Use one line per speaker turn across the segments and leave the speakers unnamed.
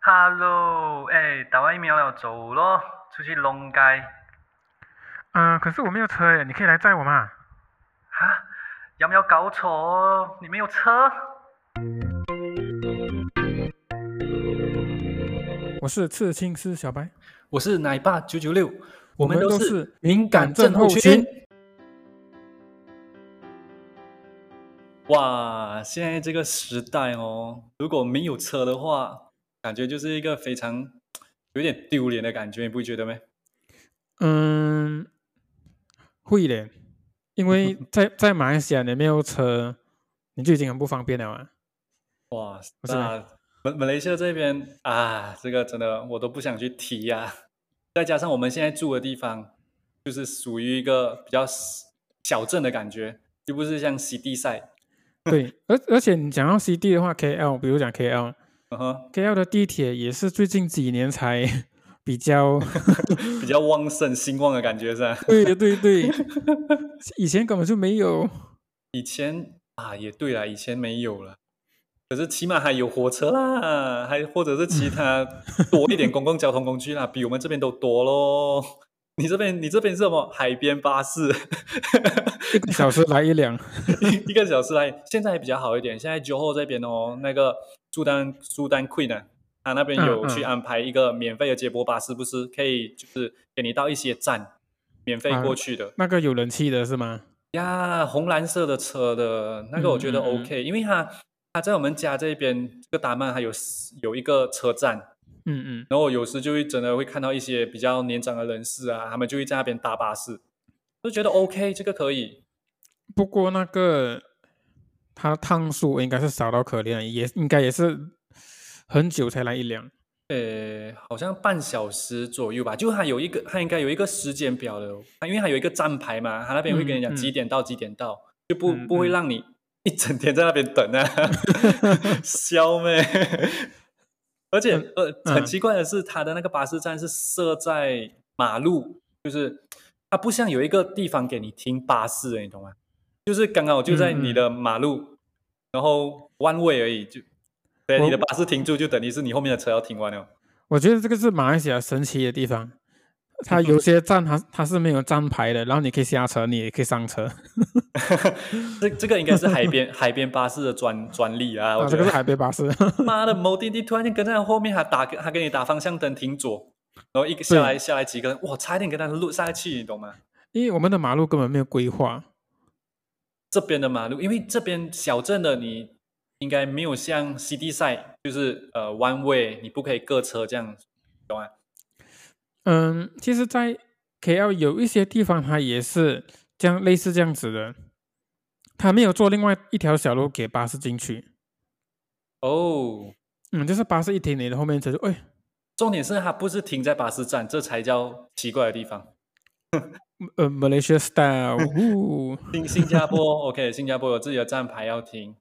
Hello，哎、打完疫苗了，走咯，出去弄街。
呃，可是我没有车耶，你可以来载我嘛？
哈，有没有搞错？哦你没有车？
我是刺青师小白，
我是奶爸九九六，
我
我
们
们
都
都
是
是
敏
敏
感
感
症
症
候
候
群
群。哇，现在这个时代哦，如果没有车的话，感觉就是一个非常有点丢脸的感觉，你不觉得吗？
嗯，会嘞，因 为在在马来西亚你没有车，你就已经很不方便了啊。
哇，
不是
那马马来西亚这边啊，这个真的我都不想去提呀、再加上我们现在住的地方，就是属于一个比较小镇的感觉，又不是像西地赛。
对，而而且你讲到 CD 的话，KL，比如讲 KL，
嗯哼，
KL 的地铁也是最近几年才 比较，
比较旺盛兴旺的感觉是吧？
对对对，以前根本就没有。
以前啊，也对啦，以前没有了，可是起码还有火车啦，还或者是其 他多一点公共交通工具啦，比我们这边都多咯。 你这边你这边是什么海边巴士？
一个小时来一辆，
一个小时来，现在还比较好一点。现在 Johor 这边哦，那个苏丹苏丹 Queen 呢、他那边
嗯
有去
嗯
安排一个免费的接驳巴士，不是可以就是给你到一些站，免费
啊
过去的。
那个有人气的是吗？
呀，红蓝色的车的那个，我觉得
嗯嗯嗯
OK，、因为它它在我们家这边这个达曼还有有一个车站，
嗯嗯，
然后我有时就会真的会看到一些比较年长的人士啊，他们就会在那边搭巴士，就觉得 OK，这个可以。
不过那个它的趟数应该是少到可怜了，也应该也是很久才来一辆。
呃，好像半小时左右吧，就它有一个，它应该有一个时间表的，它因为它有一个站牌嘛，它那边会跟你
嗯
讲
嗯
几点到几点到，就不
嗯
不
嗯
会让你一整天在那边 等啊，笑咩？ 而且
嗯
呃，很
嗯
奇怪的是，它的那个巴士站是设在马路，就是它不像有一个地方给你停巴士的，你懂吗？就是刚好就在
嗯
你
嗯
的马路，然后 one way 而已，就对，你的
我
巴士停住就等于是你后面的车要停完了。
我觉得这个是马来西亚神奇的地 方，它有些站它它是没有站牌的，然后你可以下车，你也可以上车。
这这个应该是海 边海边巴士的专专利啊！我
啊，
觉
这个
得
是海边巴士。
妈的，某滴滴突然间跟在后面，还打他给你打方向灯停左，然后一个下来下来几个人，哇，差一点跟他路下去，你懂吗？
因为我们的马路根本没有规划，
这边的马路，因为这边小镇的你应该没有像 CD 赛，就是呃 one way，你不可以各车这样，懂吗？
嗯，其实，在 KL 有一些地方它也是这样类似这样子的，它没有做另外一条小路给巴士进去，
哦，
嗯，就是巴士一停你的后面车就哎，
重点是它不是停在巴士站，这才叫奇怪的地方。
呃，Malaysia style，呜，
新新加坡，OK，新加坡有自己的站牌要停，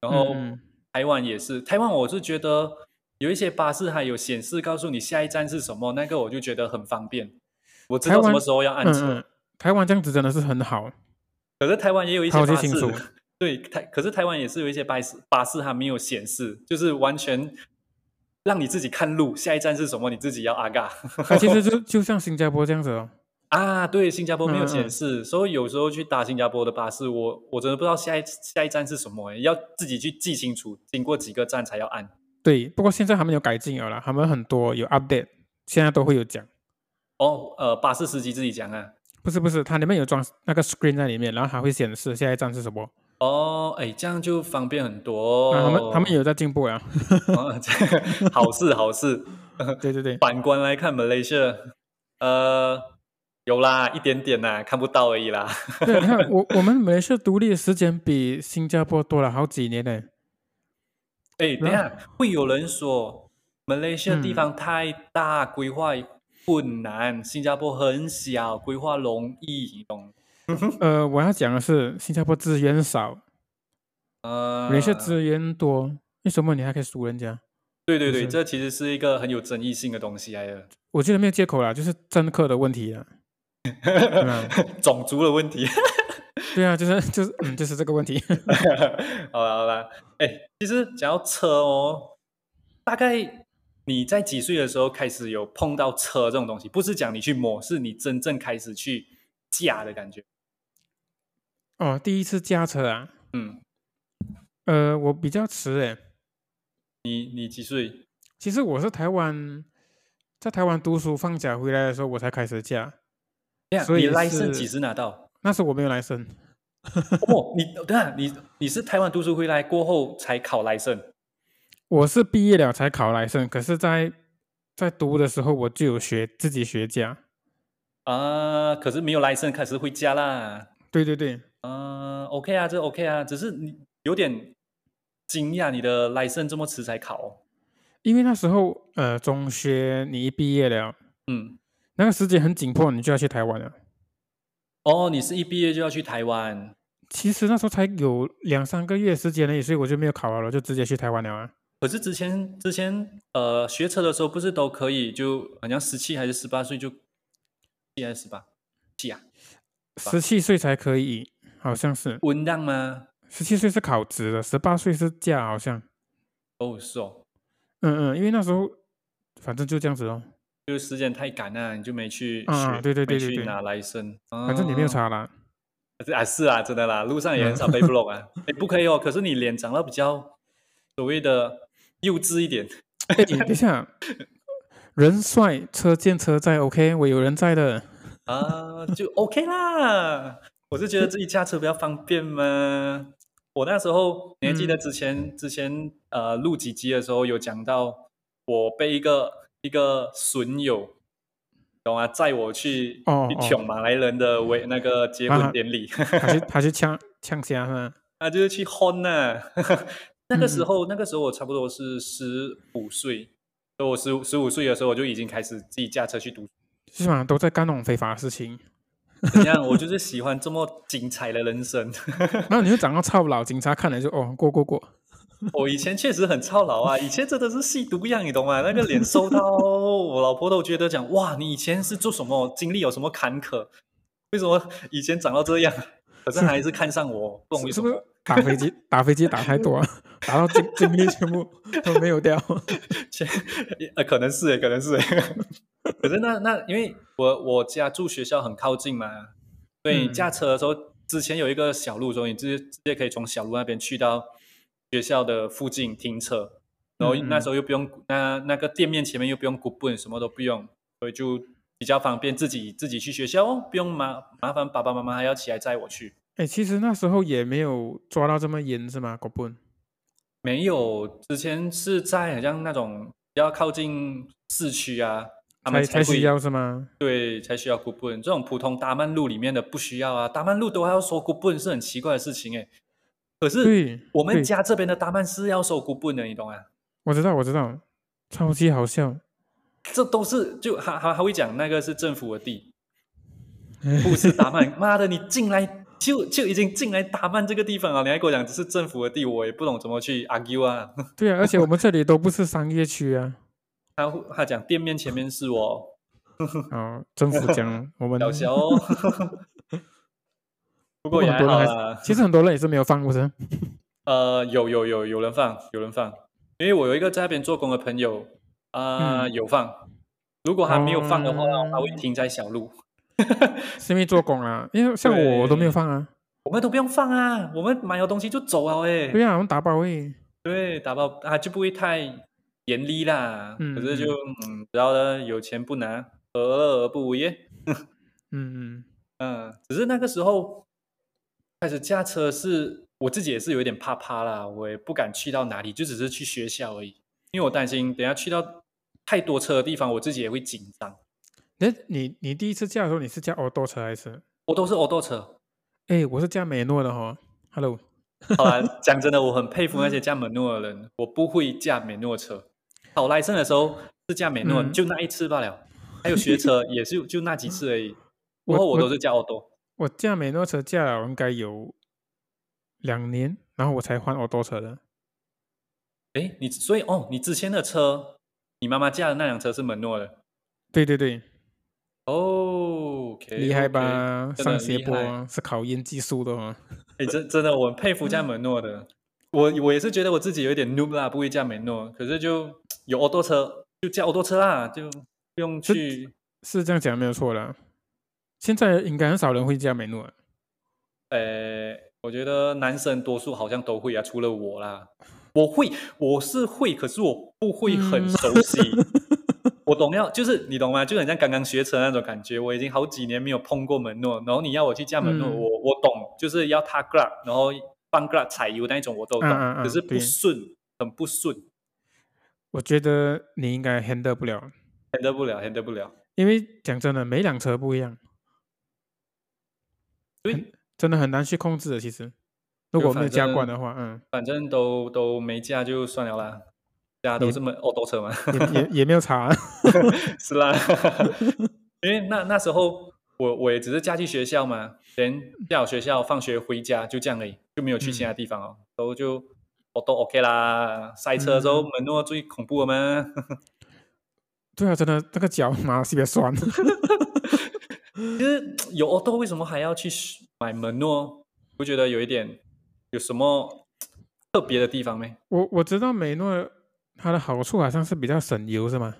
然后
嗯嗯
台湾也是，台湾我是觉得有一些巴士还有显示告诉你下一站是什么，那个我就觉得很方便，我知
台
道什
湾
么时候要按
嗯
车。
嗯，台湾这样子真的是很好，
可是台湾也有一些
超级
巴
清
士
楚，
对台，可是台湾也是有一些巴士巴士它没有显示，就是完全让你自己看路，下一站是什么你自己要阿嘎。
它其实就就像新加坡这样子哦，
啊，对，新加坡没
嗯
有
嗯
显
嗯
示，所以有时候去搭新加坡的巴士，我我真的不知道下一下一站是什么欸，要自己去记清楚，经过几个站才要按。
对，不过现在他们有改进了啦，他们很多有 update，现在都会有讲，
哦，呃，巴士司机自己讲啊。
不是不是，它里面有装那个 screen 在里面，然后还会显示下一站是什么，
哦，哎，这样就方便很多。
啊，他们他们有在进步啊了，
哦，这好事好事。
对对对，
反观来看，Malaysia，呃，有啦，一点点啦，看不到而已啦。
对，你看我我们美式独立的时间比新加坡多了好几年呢。
哎，等一下会有人说马来西亚地
嗯
方太大，规划困难；新加坡很小，规划容易，你懂？
呃，我要讲的是新加坡资源少，
呃，
美式资源多，为什么你还可以输人家？
对对
就
对，
是
这其实是一个很有争议性的东西来的，
我觉得没有借口啦，就是政客的问题啊啦。对啊，
种族的问题。
对啊，就是就是嗯，就是这个问题。
好啦好啦，哎，其实讲到车哦，大概你在几岁的时候开始有碰到车这种东西？不是讲你去摸，是你真正开始去驾的感觉。
哦，第一次驾车啊，
嗯，
呃，我比较迟诶。
你你几岁？
其实我是台湾，在台湾读书放假回来的时候，我才开始驾。
等一下
所以
你 license
是
几时拿到？
那时我没有来生，
哦，你等一下你你是台湾读书回来过后才考 license？
我是毕业了才考来生，可是在在读的时候我就有学自己学驾。
啊，可是没有 license 开始会加啦。
对对对，
嗯、o k 啊，这 OK 啊，只是你有点惊讶，你的 license 这么迟才考哦。
因为那时候呃中学你一毕业了，
嗯，
那个时间很紧迫，你就要去台湾了。
哦，你是一毕业就要去台湾
其实那时候才有两三个月时间而已，所以我就没有考了，我就直接去台湾了啊。
可是之前之前呃学车的时候不是都可以就好像十七还是十八岁就，17还是十八，几啊？
十七岁才可以，好像是
文档吗？
十七岁是考职的，十八岁是驾，好像。
哦是哦，
嗯嗯，因为那时候反正就这样子哦，
就是时间太赶了，你就没去学，
啊对对对
没
对
去
对
拿 license，
反正你没有嗯
哦
差啦。
啊，是啊，真的啦，路上也很少被 block 啊， 哎、不可以哦。可是你脸长得比较所谓的幼稚一点，
哎、等一下，人帅车见车载，OK，我有人在的。
啊，就 OK 啦。我是觉得自己驾车比较方便嘛。我那时候你还记得
嗯
之前、之前呃录几集的时候有讲到，我被一个一个损友，懂吗？载我去
哦
去
哦
抢马来人的为那个结
啊
婚
哈
典礼，
他去他去呛呛虾是吧？
啊，就是去轰呐、 那个时
嗯
候，那个时候我差不多是十五岁，所以我十十五岁的时候我就已经开始自己驾车去读书。
基本上都在干那种非法的事情，
怎样？我就是喜欢这么精彩的人生。
然后你就长到操老，警察看了就哦过过过。
我哦以前确实很操劳啊，以前真的是吸毒一样，你懂吗？那个脸瘦到我老婆都觉得讲哇，你以前是做什么？经历有什么坎坷？为什么以前长到这样？可是还是看上我，不懂为
是
什
不
么
是。打飞机打飞机打太多、 啊，打到精精力全部都没有掉？
切 呃，可能是欸，可能是欸。 可是那那因为我我家住学校很靠近嘛，所以
嗯
驾车的时候，之前有一个小路的时候，你直接直接可以从小路那边去到学校的附近停车，然后
嗯嗯
那时候又不用那那个店面前面又不用 g o o p 什么都不用，所以就比较方便自己自己去学校哦，不用麻麻烦爸爸妈妈还要起来载我去。
哎，其实那时候也没有抓到这么严是吗？狗不，
没有，之前是在好像那种比较靠近市区啊，他们
才才
会
需要是吗？
对，才需要 coupon。这种普通达曼路里面的不需要啊，达曼路都还要收 coupon 是很奇怪的事情诶。可是
对，
我们
对
家这边的达曼是要收 coupon 的，你懂啊？
我知道我知道，超级好笑。
这都是就还还还会讲那个是政府 的地，不是达曼。妈的，你进来就就已经进来达曼这个地方啊，你还跟我讲这是政府的地，我也不懂怎么去 argue 啊。
对啊，而且我们这里都不是商业区啊。
他会他讲店面前面是我
哦，政府讲我们
小小哦， 不过也
很
还
多
好啊
人
啦
还。其实很多人也是没有放过声。
呃，有有有有人放，有人放，因为我有一个在那边做工的朋友啊、
嗯
有放。如果他没有放的话，
哦
他会停在小路。
是因为做工啊，因为像我我都没有放啊。
我们都不用放啊，我们买了东西就走啊，哎，
对啊，我们打包位。
对，打包啊就不会太严厉啦。
嗯
可是就嗯，只要呢有钱不拿，何乐而不为？
嗯嗯，
嗯，只是那个时候开始驾车是，我自己也是有一点怕怕啦，我也不敢去到哪里，就只是去学校而已，因为我担心等一下去到太多车的地方，我自己也会紧张。
那你你第一次驾的时候，你是驾欧多车还是？
我都是欧斗车，
哎，我是驾美诺的哈。Hello，
好啊嗯啦， 讲真的，我很佩服那些驾美诺的人，我不会驾美诺车。考莱森的时候是驾美诺，
嗯
就那一次罢了，还有学 车也是就那几次而已，过
我
后我都
我
是驾欧斗。
我驾美诺车驾了应该有两年，然后我才换欧多车的。
诶，你所以哦，你之前的车，你妈妈驾的那辆车是门诺的。
对对对，
哦，OK，
厉害
OK？
吧？
真的
上
很
斜
厉
坡
害
啊是考验技术的哦。
哎、真真的，我很佩服加美诺的。我我也是觉得我自己有一点 noob 啦，不会加美诺，可是就有 auto 车，就就叫欧多车啦，就不用
这
去
是这样讲没有错啦。现在应该很少人会加美诺了，
呃，我觉得男生多数好像都会啊，除了我啦，我会，我是会，可是我不会很
嗯
熟悉。我懂要，就是你懂吗？就很像刚刚学车那种感觉。我已经好几年没有碰过门诺，然后你要我去驾门诺，
嗯
我我懂，就是要踏 g r a 然后放 g r a 踩油那一种我都懂，
嗯嗯嗯
可是不
对
顺，很不顺
我觉得你应该 handle 不了，
，handle 不了，handle 不了。
因为讲真的，每辆车不一样，
对，
真的很难去控制的。其实，如
就
果没有
反
加
正
惯的话，嗯，
反正都都没驾就算了啦，家都
也
这么欧多车嘛。
也也也没有差、啊
是啦， 因为那那时候我我也只是嫁去学校嘛，连嫁好学校，放学回家就这样而已，就没有去其他
嗯
地方哦，都就我都 OK 啦。塞车的时候，
嗯
门诺最恐怖了嘛，
对啊，真的那个脚麻特别酸。
其实有 auto 为什么还要去买门诺？我觉得有一点有什么特别的地方没？
我我知道美诺它的好处好像是比较省油是吗？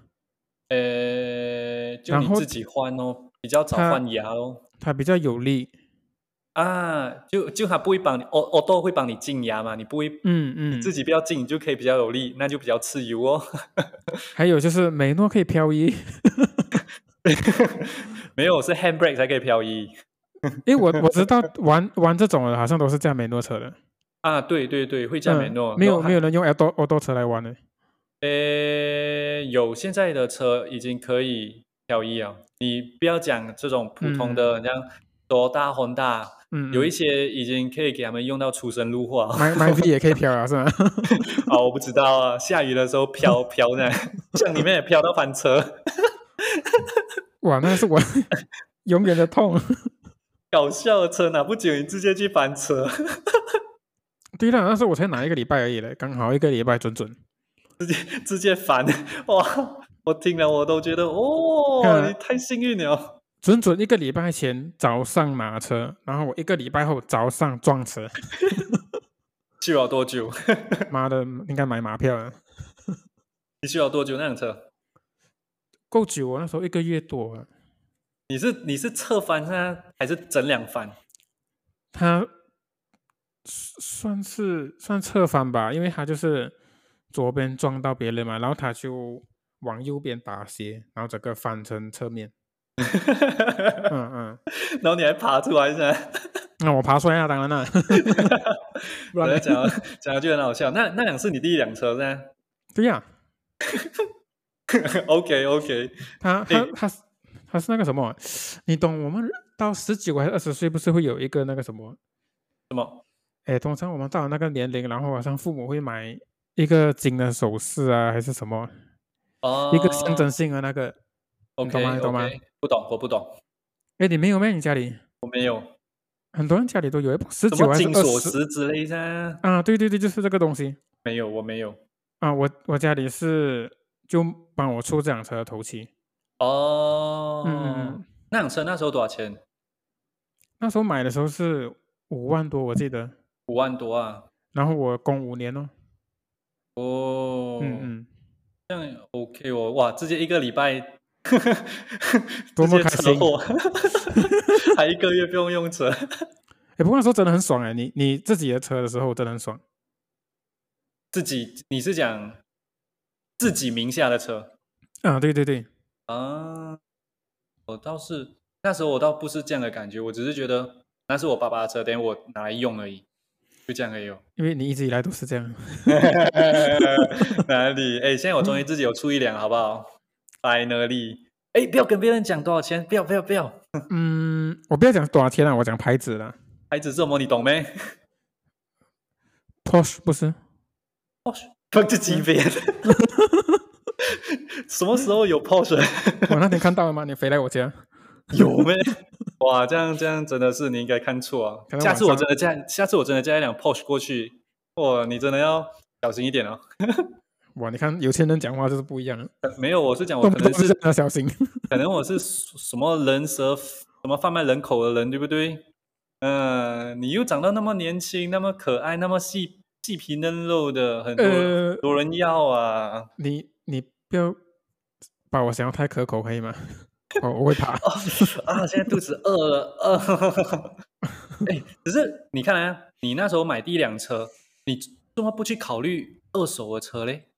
呃，就
然
你
后
自己换哦，比较早
它
换牙哦。
它比较有力。
啊，就就他不会帮你，哦哦，都会帮你进牙嘛，你不会
嗯嗯，
自己不要进，你就可以比较有力，那就比较吃油哦。
还有就是美诺可以漂移。
没有，是 handbrake 才可以漂移
诶，我我知 道玩玩这种的好像都是驾美诺车的，
啊。对对对，会加哦
嗯
美诺，
没有没
有。
有人用 L 多 O 多车来玩的。
呃，有现在的车已经可以漂移啊。你不要讲这种普通的，像多大、宏大，
嗯，
有
嗯
一些已经可以给他们用到出神入化
买买 V 也可以漂啊，是吗？
啊。我不知道啊，下雨的时候飘飘呢，像里面也飘到翻车，
哇，那 是我永远的痛。
搞笑的车哪不久你直接去翻车。
对了，那是我才拿一个礼拜而已嘞，刚好一个礼拜准准。
直接烦 哇！我听了我都觉得哦，
看
你太幸运了。
准准一个礼拜前早上拿车，然后我一个礼拜后早上撞车，
去了多久？
妈的，应该买马票了。
你去了多久那辆车？
够久哦，那时候一个月多了。
你是你是侧翻呢，还是整两翻？
他算是算侧翻吧，因为他就是左边撞到别人嘛，然后他就往右边打斜，然后整个翻成侧面。嗯嗯，
然后你还爬出来呢？
那我爬出来啊，当然了， 不
我
然
在
呢
讲到讲到就很好笑。那那辆是你第一辆车呢
对呀、
？OK OK，
他他
诶
他是他是那个什么，你懂我们到十九还是二十岁，不是会有一个那个什么？
什么？
哎，通常我们到了那个年龄，然后好像父母会买一个金的首饰啊，还是什么，
哦，
一个象征性的那个。
OK，
懂吗你懂吗
OK，不懂，我不懂，
哎，你没有咩？你家里
我没有。
很多人家里都有一十
什
九
么
还是
金锁
二十
匙之类的？
啊？对对对，就是这个东西
没有，我没有。
啊。我我家里是就帮我出这辆车的头期，
哦，
嗯嗯嗯，
那辆车那时候多少钱？
那时候买的时候是五万多，我记得。
五万多啊。
然后我供五年哦，
哦，
嗯嗯，
这样 OK 哦，哇，直接一个礼拜，
多么
直接
开
车
心
祸 还一个月不用用车，
哎，不过那时候真的很爽哎，你你自己的车的时候真的很爽，
自己你是讲自己名下的车
啊，对对对，
啊？我倒是那时候我倒不是这样的感觉，我只是觉得那是我爸爸的车，等于我拿来用而已，就这样而已、哦。
因为你一直以来都是这样，
哪里？哎，现在我终于自己有出一辆，好不好？Finally，哎，不要跟别人讲多少钱，不要不要不要，
嗯，我不要讲多少钱了，我讲牌子啦
孩子这么你懂没？
，Porsche 不是，
放这几遍。 什么时候有 Porsche？
我那天看到了吗？你回来我家，
有没？ 哇，这样这样真的是你应该看错啊
可！能
下次我
晚
真
上
的加，下次我真的加一辆 Porsche 过去，哇，你真的要小心一点哦。
哇，你看有钱人讲话就是不一样，
呃没有，我是讲我
动
可
不动
能
就是是要小心，
可能我是什么人蛇，什么贩卖人口的人，对不对？嗯、你又长得那么年轻，那么可爱，那么细细皮嫩肉的，很多、
呃
很多人要啊。
你你不要把我想要太可口可以吗？ 我我会怕。
啊，现在肚子饿了， 饿。哎，只是你看啊，你那时候买第一辆车，你怎么不去考虑二手的车嘞？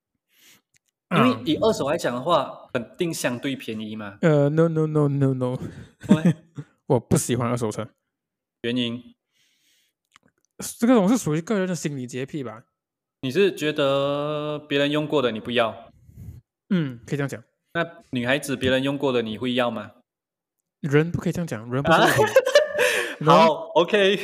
因为
啊
以二手来讲的话，肯定相对便宜嘛。
呃，no no no no no，
对
我不喜欢二手车，
原因
这个种是属于个人的心理洁癖吧？
你是觉得别人用过的你不要，
嗯，可以这样讲。
那女孩子别人用过的你会要吗？
人不可以这样讲，人不是
啊
物品，人
好，OK。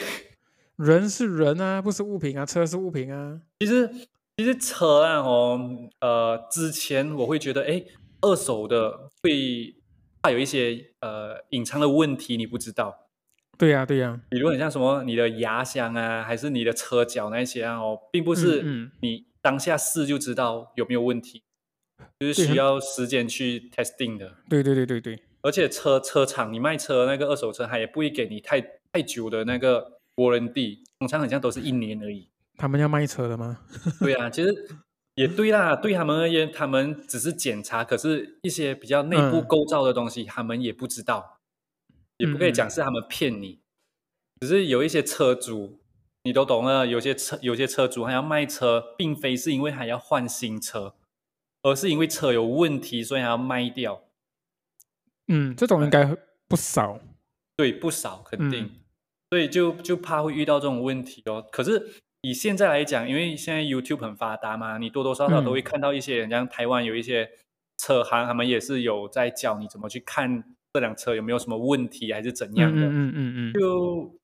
人是人啊，不是物品啊，车是物品啊。
其实其实车啊，哦，呃，之前我会觉得，哎，二手的会怕有一些呃隐藏的问题，你不知道，
对呀、对呀、
比如很像什么你的牙箱啊，还是你的车脚那一些啊，哦，并不是
嗯
你当下试就知道有没有问题，就是
对
需
很
要时间去 testing 的。
对对对对对，
而且车车厂你卖车那个二手车，它也不会给你太太久的那个 warranty，通常好像都是一年而已。
他们要卖车的吗？
对啊，其实也对啦，对他们而言，他们只是检查，可是一些比较内部
嗯
构造的东西，他们也不知道，也不可以
嗯嗯
讲是他们骗你，只是有一些车主。你都懂了，有些车有些车主还要卖车，并非是因为还要换新车，而是因为车有问题，所以还要卖掉。
嗯，这种应该不少。
对，不少肯定，
嗯
所以就就怕会遇到这种问题哦。可是以现在来讲，因为现在 YouTube 很发达嘛，你多多少少都会
嗯
看到一些人，像台湾有一些车行，他们也是有在教你怎么去看这辆车有没有什么问题，还是怎样
嗯
的，
嗯嗯嗯嗯，
就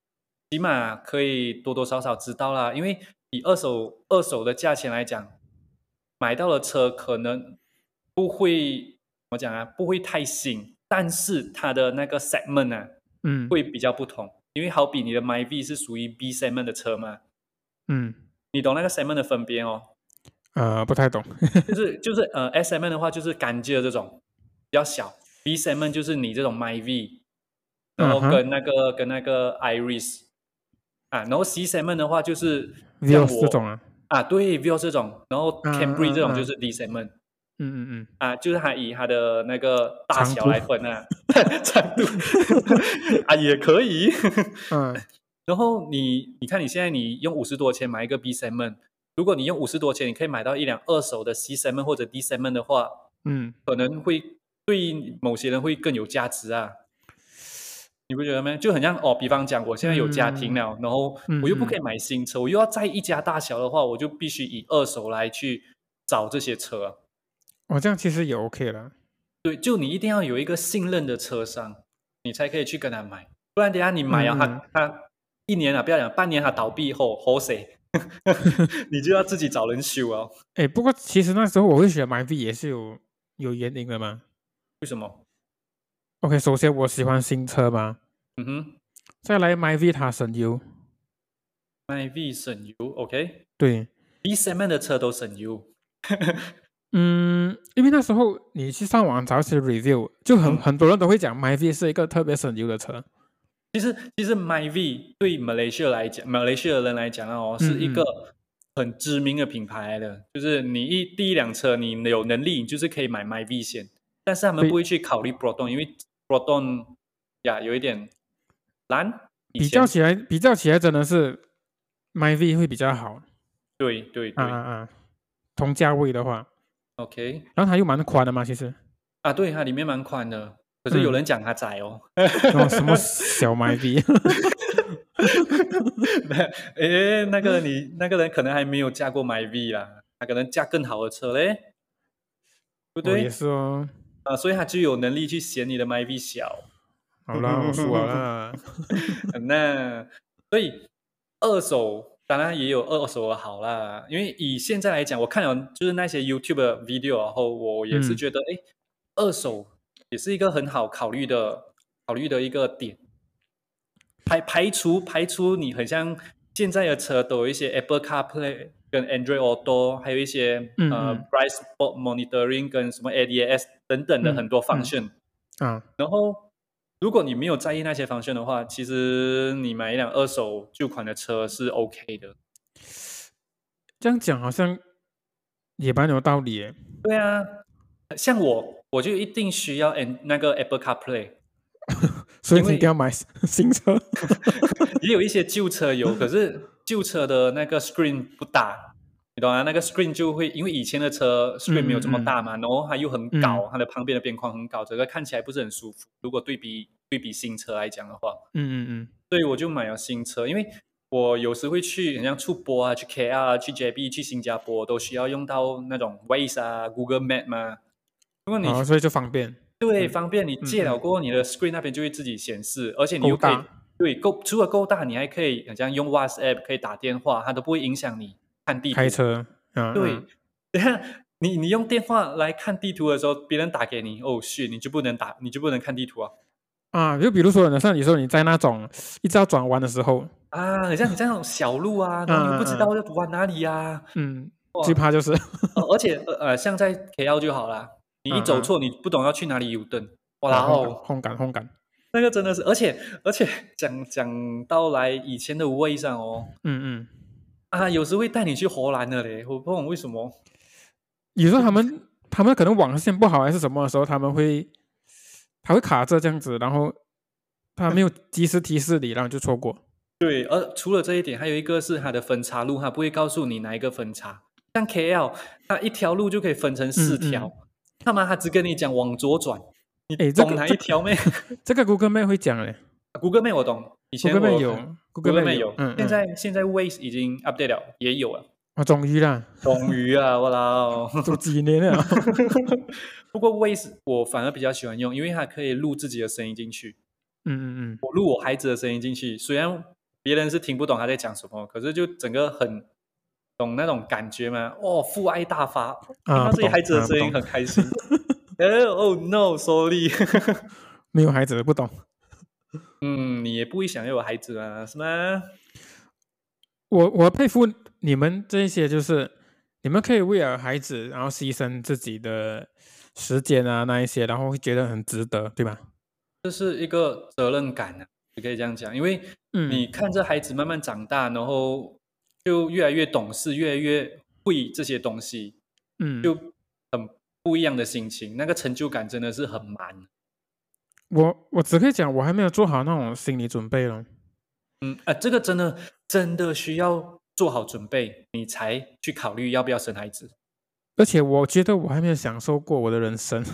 起码可以多多少少知道啦。因为以二手二手的价钱来讲，买到的车可能不会怎么讲啊，不会太新，但是它的那个 segment 啊。
嗯
会比较不同，因为好比你的 My V 是属于 B segment 的车嘛，
嗯
你懂那个 segment 的分别哦，
呃不太懂。
就是就是呃 S segment 的话就是干净的这种比较小，B segment 就是你这种 My V，然后
嗯哼
跟那个、跟那个 Iris 啊，然后 C segment 的话就是像
Vios
我
这种啊，
啊，对 Vio 这种，然后
嗯
Camry 这种
嗯
就是 D segment。
嗯嗯
啊，就是它以它的那个
长
大小
度
来分啊， 长度啊也可以，
嗯嗯
然后你你看，你现在你用五十多钱买一个 B segment，如果你用五十多钱，你可以买到一辆二手的 C segment 或者 D segment 的话，
嗯，
可能会对某些人会更有价值啊。你不觉得吗？就很像哦，比方讲，我现在有家庭了，然后我又不可以买新车，我又要在一家大小的话，我就必须以二手来去找这些车啊。
我、哦这样其实也 OK 了。
对，就你一定要有一个信任的车商，你才可以去跟他买，不然等一下你买了、
嗯
他他一年啊，不要讲半年他倒闭后，活谁？ 你就要自己找人修哦。
哎，不过其实那时候我会选 My V 也是有有原因的嘛。
为什么？
OK，首先我喜欢新车嘛，
嗯哼
再来 My V 它省油，
，My V 省油，OK，B
对，
segment 的车都省油，
嗯，因为那时候你去上网找一些 review，就很、
嗯
很多人都会讲 MyV 是一个特别省油的车。
其实，其实 My V 对马来西亚来讲，马来西亚人来讲啊哦，
嗯
是一
嗯
个很知名的品牌来的。就是你一第一辆车，你有能力，你就是可以买 My V 先。但是他们
对
不会去考虑 Proton，因为 Proton 呀有一点难。以
比
前
较起来，比较起来真的是 MyV 会比较好
对对对、
啊啊啊！同价位的话，
o k
然后它又蛮宽的嘛，其实
啊，对它里面蛮宽的，可是有
嗯
人讲它窄哦。
然后什么小 MyV，
诶，那个你那个人可能还没有驾过 My V 啦，他可能驾更好的车嘞， 对不
我
对？
也是哦。
啊，所以他就有能力去嫌你的 My V 小。呃
好啦，我输了 啦。
那所以二手当然也有二手的好啦，因为以现在来讲，我看了就是那些 YouTube 的 video，然啊后我也是
嗯
觉得，哎、二手也是一个很好考虑的考虑的一个点，排排除排除你很像现在的车都有一些 Apple CarPlay 跟 Android Auto，还有一些
嗯
呃
嗯
Price Spot Monitoring 跟什么 ADAS 等等的
嗯
很多
嗯
function、
啊，
然后，如果你没有在意那些防线的话，其实你买一辆二手旧款的车是 OK 的。
这样讲好像也蛮有道理耶。
对啊，像我我就一定需要 and 那个 Apple CarPlay，
所以
因
你一
为
定要买 新车。
也有一些旧车有，可是旧车的那个 screen 不大，你懂啊？那个 screen 就会因为以前的车 screen 没有这么大嘛，然后它又很高，它的旁边的边框很高，整个看起来不是很舒服。如果对比对比新车来讲的话，
嗯嗯
所以我就买了新车，因为我有时会去，很像出国啊，去 KR 啊，去 JB，去新加坡都需要用到那种 Waze 啊、Google Map 嘛。如果
嗯，
你
好，所以就方便。
对，方便你借了
嗯
过后，你的 screen 那边就会自己显示，而且你
够
又可以
大
对够，除了够大，你还可以好像用 WhatsApp 可以打电话，它都不会影响你看地图。
开车啊，
对
嗯，
等下 你你用电话来看地图的时候，别人打给你，哦，是你就不能打，你就不能看地图啊
啊，就比如说，像有时候你在那种一直要转弯的时候，
啊！很像你在那种小路啊，然后你又不知
嗯嗯
道要往哪里啊，
嗯，最怕就是
呃而且呃呃，像在 KL 就好啦，你一走
嗯嗯
错，你不懂要去哪里 U 顿，哇
啊
然
轰
后。
感 轰感轰感，
那个真的是，而且而且讲讲到来以前的位上哦，
嗯嗯，
啊，有时会带你去荷兰的嘞，我不懂为什么。
有时候他们他们可能网线不好还是什么的时候，他们会他会卡着这样子，然后他没有及时提示你，然后就错过。
对，而除了这一点，还有一个是它的分岔路，它不会告诉你哪一个分岔。像 KL，它一条路就可以分成四
嗯嗯
条，他妈他只跟你讲往左转，你
哎这个
懂哪
这
一
个
条没？
这个 Google Map 会讲嘞
，Google Map 我懂，以前
，Google Map
我
有
，Google
Map
Map
有
有，，
嗯，
现
嗯
在现在 Waze 已经 update 了，也有了。
啊，终于啦，
终于啊，我操！
都几年了，
不过 Waze 我反而比较喜欢用，因为它可以录自己的声音进去。
嗯嗯嗯，
我录我孩子的声音进去，虽然别人是听不懂他在讲什么，可是就整个很懂那种感觉嘛。哦，父爱大发，听
啊，
到
不
自己
懂
孩子的
啊
声
不
音
懂
很开 心。哎、哦 no，sorry，
没有孩子的不懂。
嗯，你也不会想要有孩子啊，是吗？
我我佩服你们这些，就是你们可以为了孩子，然后牺牲自己的时间啊，那一些，然后会觉得很值得，对吧？
这是一个责任感啊，你可以这样讲，因为
嗯，
你看着孩子慢慢长大，然后就越来越懂事，越来越会这些东西，
嗯，
就很不一样的心情，那个成就感真的是很满。
我我只可以讲，我还没有做好那种心理准备了。
嗯啊，这个真的真的需要做好准备，你才去考虑要不要生孩子。
而且我觉得我还没有享受过我的人生，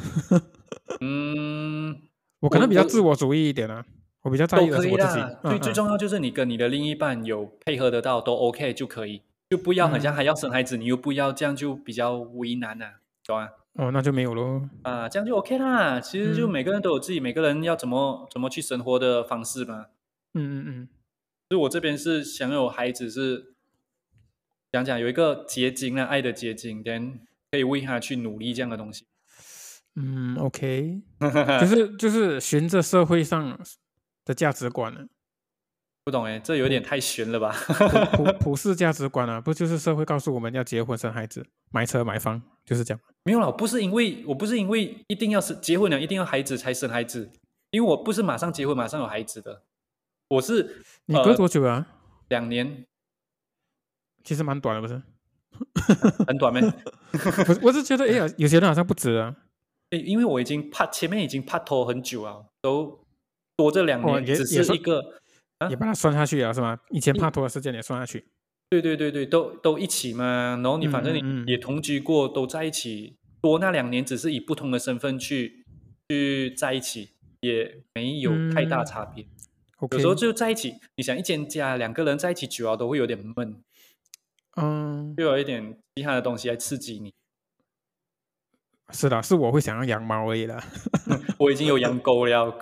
嗯，
我可能比较
我
自我主义一点啊，我比较在
都
意的
可
是
以
我自己
啦。。
嗯
最最
嗯
重要就是你跟你的另一半有配合得到，都 OK 就可以，就不要好
嗯
像还要生孩子，你又不要，这样就比较为难啊，懂啊？
哦，那就没有喽。
啊，这样就 OK 啦。其实就
嗯
每个人都有自己每个人要怎么怎么去生活的方式嘛。
嗯嗯嗯，
所以我这边是想有孩子是讲讲有一个结晶啊，爱的结晶，then 可以为他去努力这样的东西。
嗯，OK，就是就是循着社会上的价值观啊了。
不懂哎，这有点太悬了吧？
普普普世价值观啊，不就是社会告诉我们要结婚、生孩子、买车、买房，就是这样。
没有啦，不是因为我不是因为一定要是结婚了，一定要孩子才生孩子，因为我不是马上结婚马上有孩子的，我是
你
呃
隔多久啊？
两年
其实蛮短的，不是？
很短咩？
不是，我是觉得，哎呀，有些人好像不止啊。
诶因为我已经怕前面已经怕头很久啊，都多这两
哦
年、
也
只
也
是
算
一个，啊
也把它算下去啊，是吗？以前
嗯
帕托的事件也算下去。
对对对对，都都一起嘛，然后你
嗯
反正
嗯嗯
你也同居过，都在一起，多那两年只是以不同的身份去去在一起，也没有太大
嗯
差别。
OK，
有时候就在一起，你想一间家两个人在一起久了都会有点闷，
嗯，
就有一点其他的东西来刺激你。
是的，是我会想要养猫而已 啦。
我已经有养狗 了，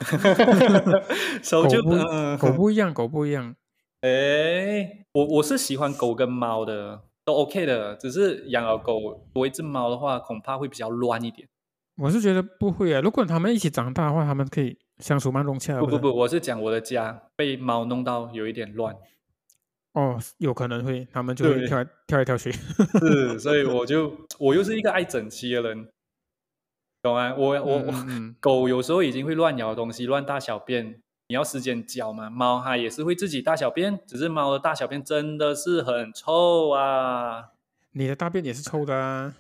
手
狗
就
不
嗯，
狗不一样，狗不一样。
哎，我我是喜欢狗跟猫的，都 OK 的，只是养了狗多一只猫的话，恐怕会比较乱一点。
我是觉得不会啊。如果他们一起长大的话，他们可以相处蛮融洽的。
不
啊
不
是
不，我是讲我的家被猫弄到有一 点乱，
哦，有可能会，他们就会
对
跳来跳来跳去。
是，所以我就我又是一个爱整齐的人，懂啊？我我
嗯
我。
嗯 嗯
狗有时候已经会乱咬东西、乱大小便，你要时间教嘛。猫它也是会自己大小便，只是猫的大小便真的是很臭啊。
你的大便也是臭的啊。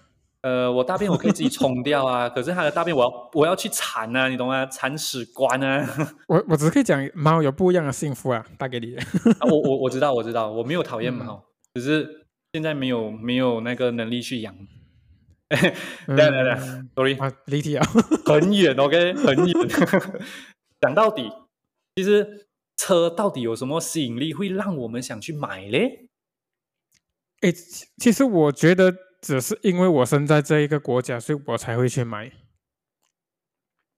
呃，我大便我可以自己冲掉啊，可是它的大便我要我要去铲啊，你懂吗？铲屎官啊！
我我只可以讲猫有不一样的幸福啊，带给你。
啊我我我知道我知道，我没有讨厌
嗯
猫，只是现在没有没有那个能力去养。
对
对对，sorry，
啊，离题啊。
很远，OK，很远。讲到底，其实车到底有什么吸引力会让我们想去买嘞？
诶，其其实我觉得只是因为我生在这一个国家，所以我才会去买，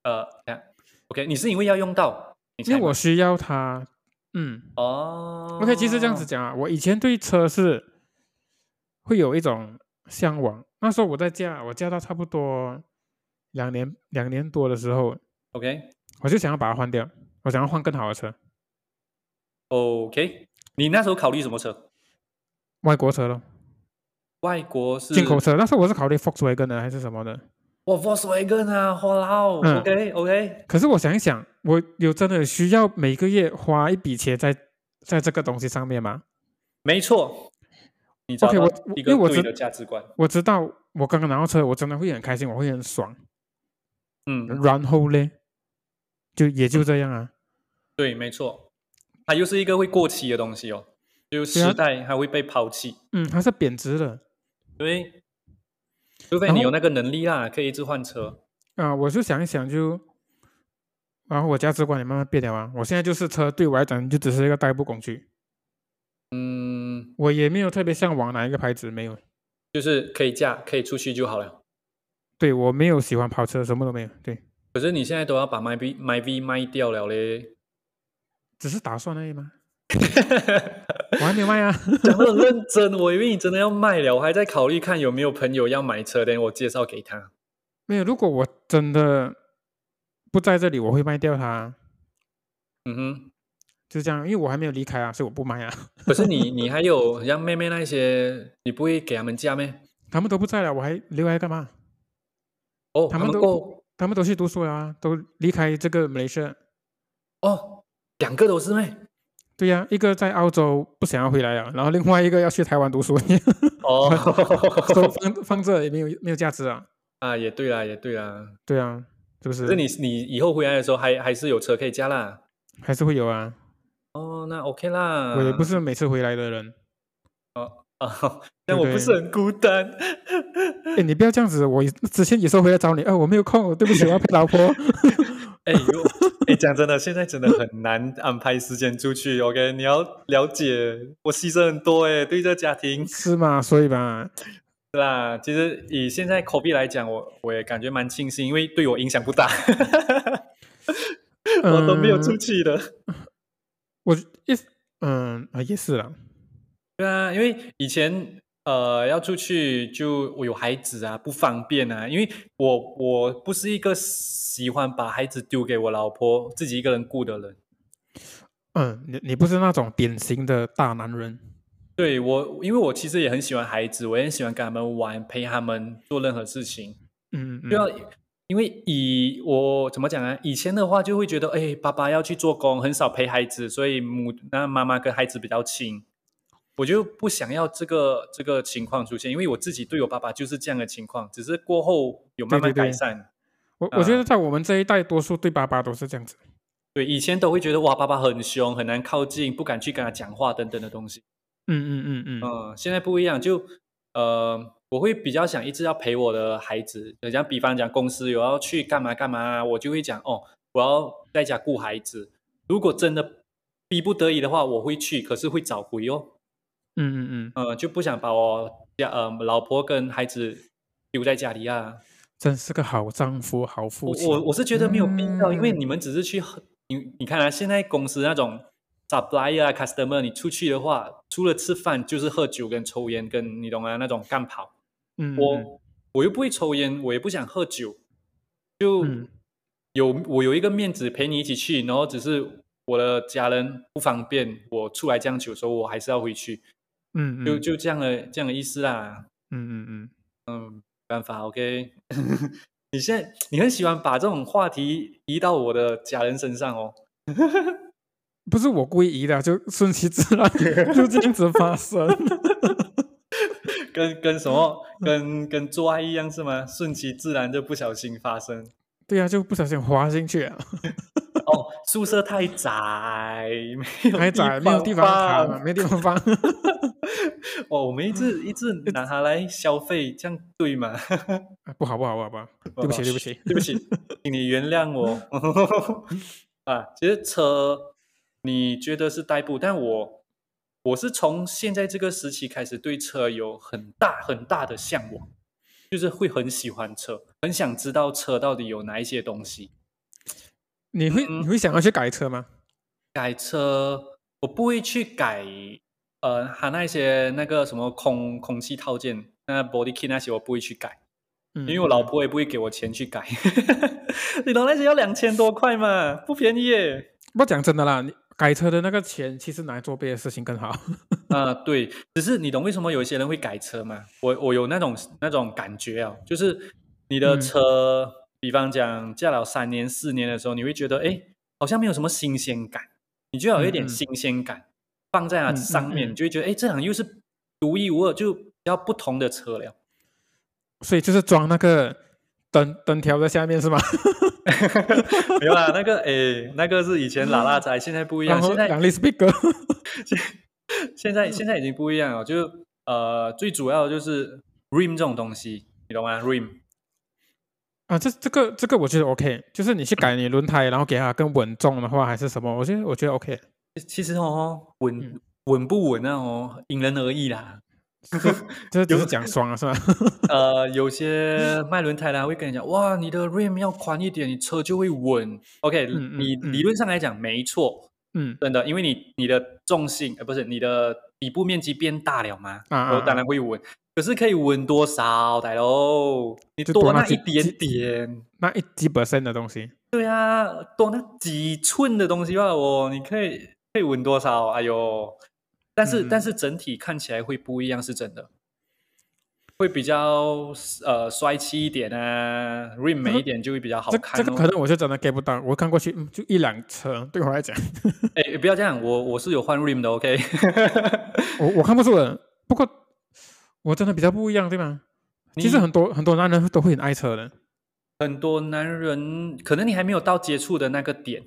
呃等下，OK，你是因为要用到，你
因为
才
我
买
需要它。嗯
哦
，OK，其实这样子讲啊，我以前对车是会有一种向往。那时候我在驾，我驾到差不多两年两年多的时候，
，OK
我就想要把它换掉，我想要换更好的车，
OK，你那时候考虑什么车？
外国车咯，
外国是
进口车。那时候我是考虑 Volkswagen 的还是什么的，
哇，Volkswagen 啊，哇啦哦
嗯
，OK OK，
可是我想一想，我有真的需要每个月花一笔钱在在这个东西上面吗？
没错，你找
OK，
到
我我
一
因为
个
我
对
知
的价值观，
我知道我刚刚拿到车，我真的会很开心，我会很爽。
嗯，
然后嘞，就也就这样啊。
对，没错，它又是一个会过期的东西哦，就
对啊
时代它会被抛弃，
嗯，它是贬值的
对，除非
然
你
后
有那个能力啦，可以一直换车，
啊、我就想一想就，然后我价值观也慢慢变了啊。我现在就是车对我来讲就只是一个代步工具，
嗯，
我也没有特别向往哪一个牌子，没有。
就是可以驾，可以出去就好了。
对我没有喜欢跑车，什么都没有。对，
可是你现在都要把 My V My V 卖掉了嘞，
只是打算而已嘛。我还没有卖啊。
讲的很认真，我以为你真的要卖了，我还在考虑看有没有朋友要买车，等我介绍给他。
没有，如果我真的不在这里，我会卖掉它，
嗯哼，
就是这样。因为我还没有离开啊，所以我不卖啊。
可是你你还有很像妹妹那些，你不会给他们嫁咩？
他们都不在了，我还留下来干嘛？
哦，
他
他
们
们
都
够
他们都去读书了啊，都离开这个马来西亚。
哦，两个都是咩？
对呀、一个在澳洲不想要回来啊了，然后另外一个要去台湾读书，
哦
都放放这也没有没有价值啊。
啊，也对啦，也对啦。
对啊，是不是？
可是你你以后回来的时候还还是有车可以加啦。
还是会有啊。
哦，那 OK 啦。
我也不是每次回来的人。
啊，
对
但
不
我不
对
是很孤单。 嗯
哎，你不要这样子，我之前也是回来找你，哦，我没有空，对不起，我要陪老婆。
哎呦，哎，讲真的，现在真的很难安排时间出去。OK，你要了解，我牺牲很多哎，对这家庭
是嘛？所以吧，
是啦。其实以现在 COVID 来讲，我我也感觉蛮庆幸，因为对我影响不大， 我都没有
嗯
出去的。
我一嗯啊也是啦，
对啊，因为以前呃要出去就我有孩子啊，不方便啊。因为我我不是一个喜欢把孩子丢给我老婆自己一个人顾的人。
嗯，你你不是那种典型的大男人，
对我，因为我其实也很喜欢孩子，我也很喜欢跟他们玩，陪他们做任何事情。
嗯，嗯
对啊，因为以我怎么讲啊，以前的话就会觉得，哎，爸爸要去做工，很少陪孩子，所以母那妈妈跟孩子比较亲。我就不想要这个这个情况出现，因为我自己对我爸爸就是这样的情况，只是过后有慢慢
对对对
改善。
我我觉
啊
得在我们这一代，多数对爸爸都是这样子。
对以前都会觉得哇，爸爸很凶，很难靠近，不敢去跟他讲话等等的东西。
嗯嗯嗯嗯，
嗯，现在不一样，就呃，我会比较想一直要陪我的孩子，讲比方讲公司有要去干嘛干嘛，我就会讲哦，我要在家顾孩子。如果真的逼不得已的话，我会去，可是会早回哦。
嗯嗯嗯，
呃，就不想把我家呃老婆跟孩子留在家里啊。
真是个好丈夫、好父
我
亲。
我我是觉得没有必要，因为
嗯
你们只是去喝你你看啊，现在公司那种 supplier 啊 customer，你出去的话，除了吃饭就是喝酒跟抽烟，跟你懂啊那种干跑。
嗯，嗯
我我又不会抽烟，我也不想喝酒，就
嗯
有我有一个面子陪你一起去，然后只是我的家人不方便，我出来这样久，所以我还是要回去，
嗯
就
嗯
就这样的这样的意思啦。
嗯嗯
嗯，没办法，OK。你现在你很喜欢把这种话题移到我的家人身上哦。
嗯，不是 我故意的，就顺其自然就这样子发生。
跟跟什么跟跟做爱一样是吗？顺其自然就不小心发生。
对啊，就不小心滑进去啊，
哦，宿舍太窄，没有
还窄，没有地方
放
躺，没啊地方放。
哦，我们一直一直拿它来消费，这样对吗？
啊不好，不好，不好，不好， 对不起，对不起。
对不起，请你原谅我。 啊，其实车你觉得是代步，但我我是从现在这个时期开始对车有很大很大的向往，就是会很喜欢车，很想知道车到底有哪一些东西。
你会
嗯
你会想要去改车吗？
改车我不会去改，呃，它那些那个什么空空气套件，那 body kit 那些我不会去改。
嗯，
因为我老婆也不会给我钱去改， 你懂那些要两千多块嘛，不便宜耶。
不讲真的啦，你改车的那个钱其实拿来做别的事情更好。
啊、对，只是你懂为什么有一些人会改车吗？我我有那种那种感觉啊，就是你的
嗯
车，比方讲驾了三年四年的时候，你会觉得哎，好像没有什么新鲜感，你就要有一
嗯
点
嗯
新鲜感，放在它
嗯嗯
上
嗯
面，你就会觉得哎，这辆又是独一无二，就比较不同的 车了。
所以就是装那个灯灯条在下面是吗？
没有啦，那个哎，那个是以前拉拉仔，现在不一样，
然后
啊现在
两粒 speaker，
现在现在已经不一样了，就呃，最主要的就是 rim 这种东西，你懂吗？rim
啊，这这个这个我觉得 OK，就是你去改你轮胎，然后给它更稳重的话，还是什么，我觉得我觉得 OK，
其实哦，稳、
嗯
稳不稳啊哦，因人而异啦。
这只是讲爽了是吧？
呃，有些卖轮胎的啊他会跟你讲，哇，你的 rim 要宽一点，你车就会稳。OK，、
嗯嗯
你
嗯
理论上来讲没错，
嗯
真的，因为你你的重心呃不是你的底部面积变大了嘛，
啊
然后
啊，
当然会稳。可是可以稳多少，大佬？你
就
多
多那
那
几
一点
几
点，
那一几 percent 的东西，
对啊，多那几寸的东西吧，我你可以可以闻多少？哎呦，但是、
嗯
但是整体看起来会不一样，是真的，会比较呃帅气一点啊，rim 美一点就会比较好
嗯这
看、
这
哦。
个可能我就真的 get 不到，我看过去嗯就一辆车，对我来讲，
哎，不要这样，我我是有换 rim 的，OK
我我看不出的，不过我真的比较不一样，对吗？其实
你
很多很多男人都会很爱车的，
很多男人可能你还没有到接触的那个点，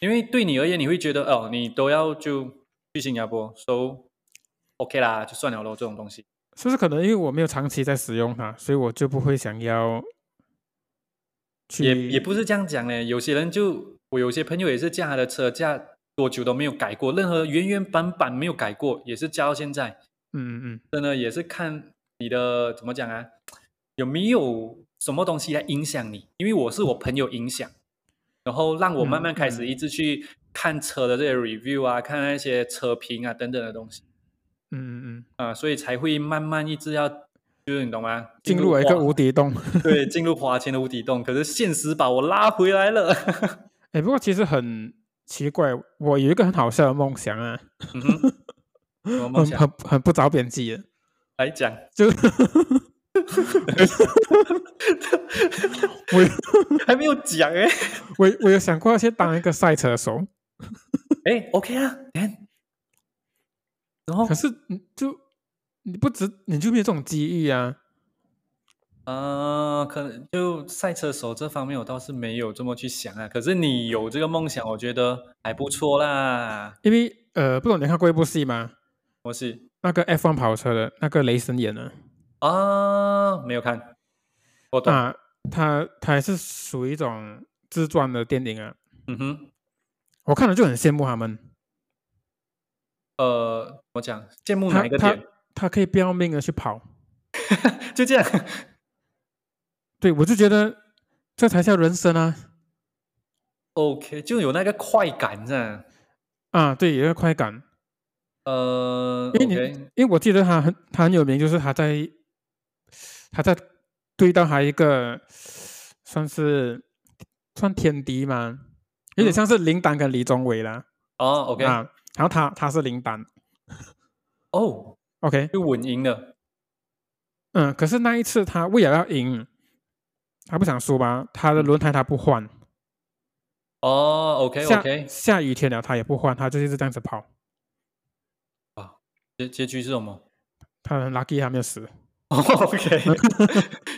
因为对你而言，你会觉得哦，你都要就去新加坡，so OK 啦，就算了咯，这种东西。
是不是？可能因为我没有长期在使用它，所以我就不会想要去
也也不是这样讲嘞，有些人就我有些朋友也是驾他的车驾多久都没有改过，任何原原版版没有改过，也是驾到现在。
嗯嗯
真的也是看你的怎么讲啊，有没有什么东西来影响你？因为我是我朋友影响，然后让我慢慢开始一直去看车的这些 review 啊，看那些车评啊等等的东西
嗯嗯嗯，
啊，所以才会慢慢一直要，就是你懂吗？
进入了一个
花
无底洞。
对，进入花钱的无底洞。可是现实把我拉回来了。
哎，不过其实很奇怪，我有一个很好笑的梦想啊，
嗯哼，什么梦
很
想
很很不着边际的，
来讲？
就是我有
还没有 讲哎、欸。
我有我有想过要去当一个赛车手，
哎，OK 啊，哎，然后
可是你就你不知你就没有这种机遇啊。
呃，可能就赛车手这方面我倒是没有这么去想啊。可是你有这个梦想，我觉得还不错啦。
因为呃，不懂你有看过一部戏吗？
我是
那个 F1 跑车的那个雷神演的
啊，没有看，我懂。
啊，他他也是属于一种自传的电影啊。
嗯哼，
我看了就很羡慕他们，
呃，怎么讲？羡慕
他
哪一个
他
点？
他可以不要命的去跑，
就这样。
对我就觉得这才叫人生啊
OK，就有那个快感这样。
啊！对，有一个快感，
呃
因为你
，OK，
因为我记得他很他很有名，就是他在他在对到他一个算是算天敌嘛，有点
嗯
像是林丹跟李宗伟啦、
哦，OK，
啊，然后他他是林丹
哦，
，OK，
就稳赢了。
嗯，可是那一次他为了要赢，他不想输吧，他的轮胎他不换，
哦
下
，OK，OK，
下雨天了他也不换，他就一直这样子跑，
结结局是什么？
他很 lucky 他没有死，
OK，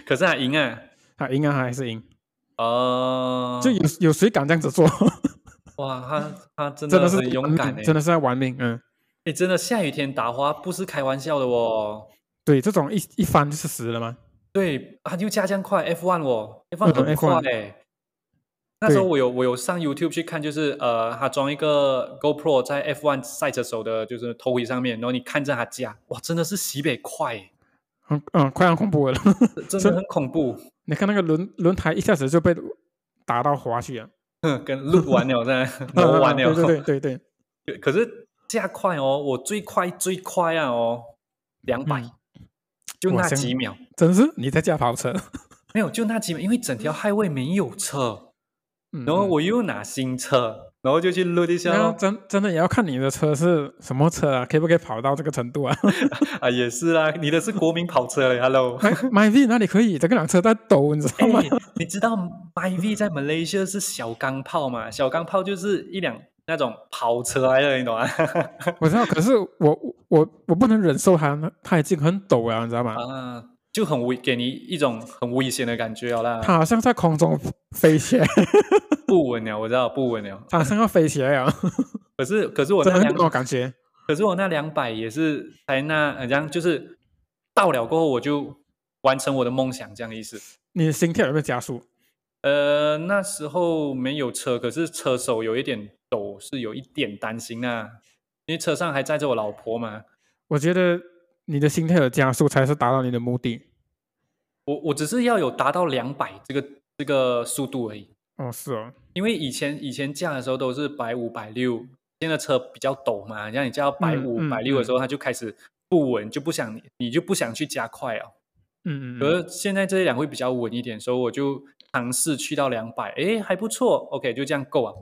可是他赢啊，
他赢啊还是赢，
哦，
就有有谁敢这样子做？
哇，他他真
真的是
很勇
玩
敢欸
命
诶，
真的是在玩命。嗯，
诶，真的下雨天打花不是开玩笑的哦。
对，这种一一翻就是死了嘛。
对啊，又加这样快，F one 哦，F1
嗯
很快
，F1
诶。那时候
对
我有我有上 YouTube 去看，就是呃，他装一个 GoPro 在 F1 赛车手的，就是头盔上面，然后你看着他加，哇，真的是西北快诶，
很嗯，快要恐怖了。
真的很恐怖。
你看那个轮轮胎一下子就被打到滑去了，
哼跟录完了，在
嗯
挪
嗯
完
嗯
了，哦
对对对对对，
对可是加快哦，我最快最快啊哦，两百、
嗯
就
我
那
相
几秒，
真是你在驾跑车。
没有就那几秒，因为整条 highway 没有车，
嗯
然后
嗯
我又拿新车，然后就去录一下
那
咯
真真的也要看你的车是什么车啊，可以不可以跑到这个程度啊
啊，也是啦，你的是国民跑车嘞，Hello。
？My V 那里可以，这个辆车在抖，你知道
哎
吗？，
你知道 My V 在 Malaysia 是小钢炮嘛？小钢炮就是一辆那种跑车来的，你懂吗？
我知道，可是我我我不能忍受它，它已经很抖了，你知道吗？
啊，就很危，给你一种很危险的感觉了啦。
它好像在空中飞起 来，
不稳了，我知道不稳了。
它好像要飞起来啊！
可是可是我
真
那
的
两
有，这种感觉。
可是我那两百也是才那好像就是到了过后我就完成我的梦想，这样的意思。
你的心跳有没有加速？
呃，那时候没有车，可是车手有一点抖，是有一点担心啊，因为车上还载着我老婆嘛。
我觉得你的心跳有加速才是达到你的目的。
我我只是要有达到两百这个这个速度而已，
哦，是哦，
因为以前以前驾的时候都是百五百六，现在车比较陡嘛，像你驾到百五
嗯
百六的
嗯
时候，它就开始不稳，就不想你就不想去加快哦。
嗯嗯
可
嗯，
是现在这一辆会比较稳一点，所以我就尝试去到两百，诶，还不错，OK，就这样够啊。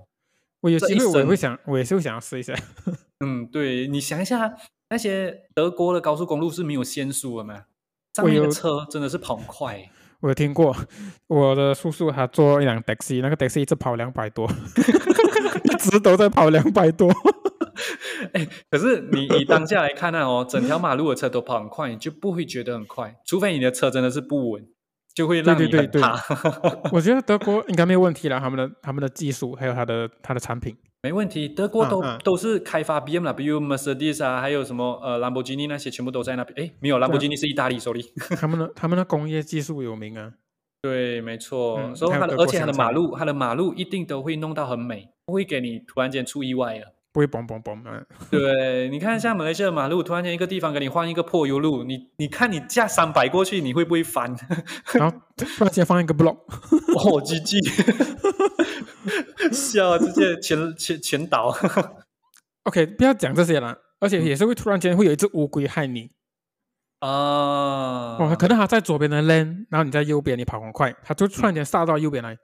我有
这
机
一
会我也
生
会想，我也是会想要试一下。
嗯，对，你想一下，那些德国的高速公路是没有限速的嘛？上
我
面的
有
车真的是跑很快欸，
我有听过，我的叔叔他坐一辆 taxi，那个 taxi 一直跑两百多， 一直都在跑两百多。
可是你以当下来看啊，哦，整条马路的车都跑很快，你就不会觉得很快，除非你的车真的是不稳，就会让
对
你
对
很
对对
怕。
我觉得德国应该没有问题了，他们的他们的技术还有他的他的产 品，
没问题，德国
嗯
都、
嗯
都是开发 BMW、Mercedes 啊，还有什么呃兰博基尼那些，全部都在那边。诶，没
啊
有，兰博基尼是意大利，sorry。
他们的他们的工业技术有名啊。
对，没错。
嗯
所以
还有
它的，
德
而
国
且它的
香
马
肠
路，它的马路一定都会弄到很美，不会给你突然间出意外的。
不会嘣嘣嘣啊！
对，你看像马来西亚的马路，突然间一个地方给你换一个破油路，你你看你驾三百过去，你会不会翻？
然后突然间放一个 block，
哦，GG，笑啊，直接全全全倒。
OK，不要讲这些了，而且也是会突然间会有一只乌龟害你。
啊！
哦，可能它在左边的 lane，然后你在右边，你跑很快，它就突然间杀到右边来。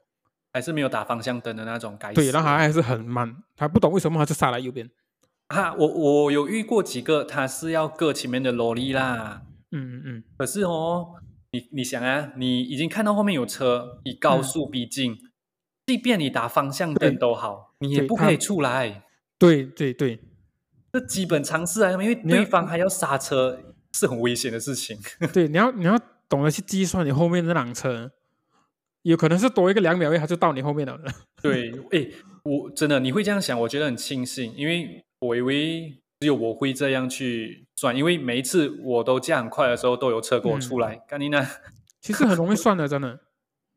还是没有打方向灯的那种，该
对，
死
然后它哎还是很慢，它不懂为什么它就杀来右边。
啊，我我有遇过几个，他是要割前面的萝莉啦，
嗯嗯嗯，
可是哦，你你想啊，你已经看到后面有车，以高
嗯
速逼近，即便你打方向
对
灯都好，你也
对
不
他
可以出来。
对对对，
这基本常识啊，因为
你要
对方还要刹车，是很危险的 事情。
对，你要你要懂得去计算你后面那辆车，有可能是多一个两秒位，它就到你后面了。
对，哎，我真的你会这样想，我觉得很庆幸，因为我以为只有我会这样去算，因为每一次我都驾很快的时候，都有车给我出
嗯
来。干你呢？
其实很容易算的，真的。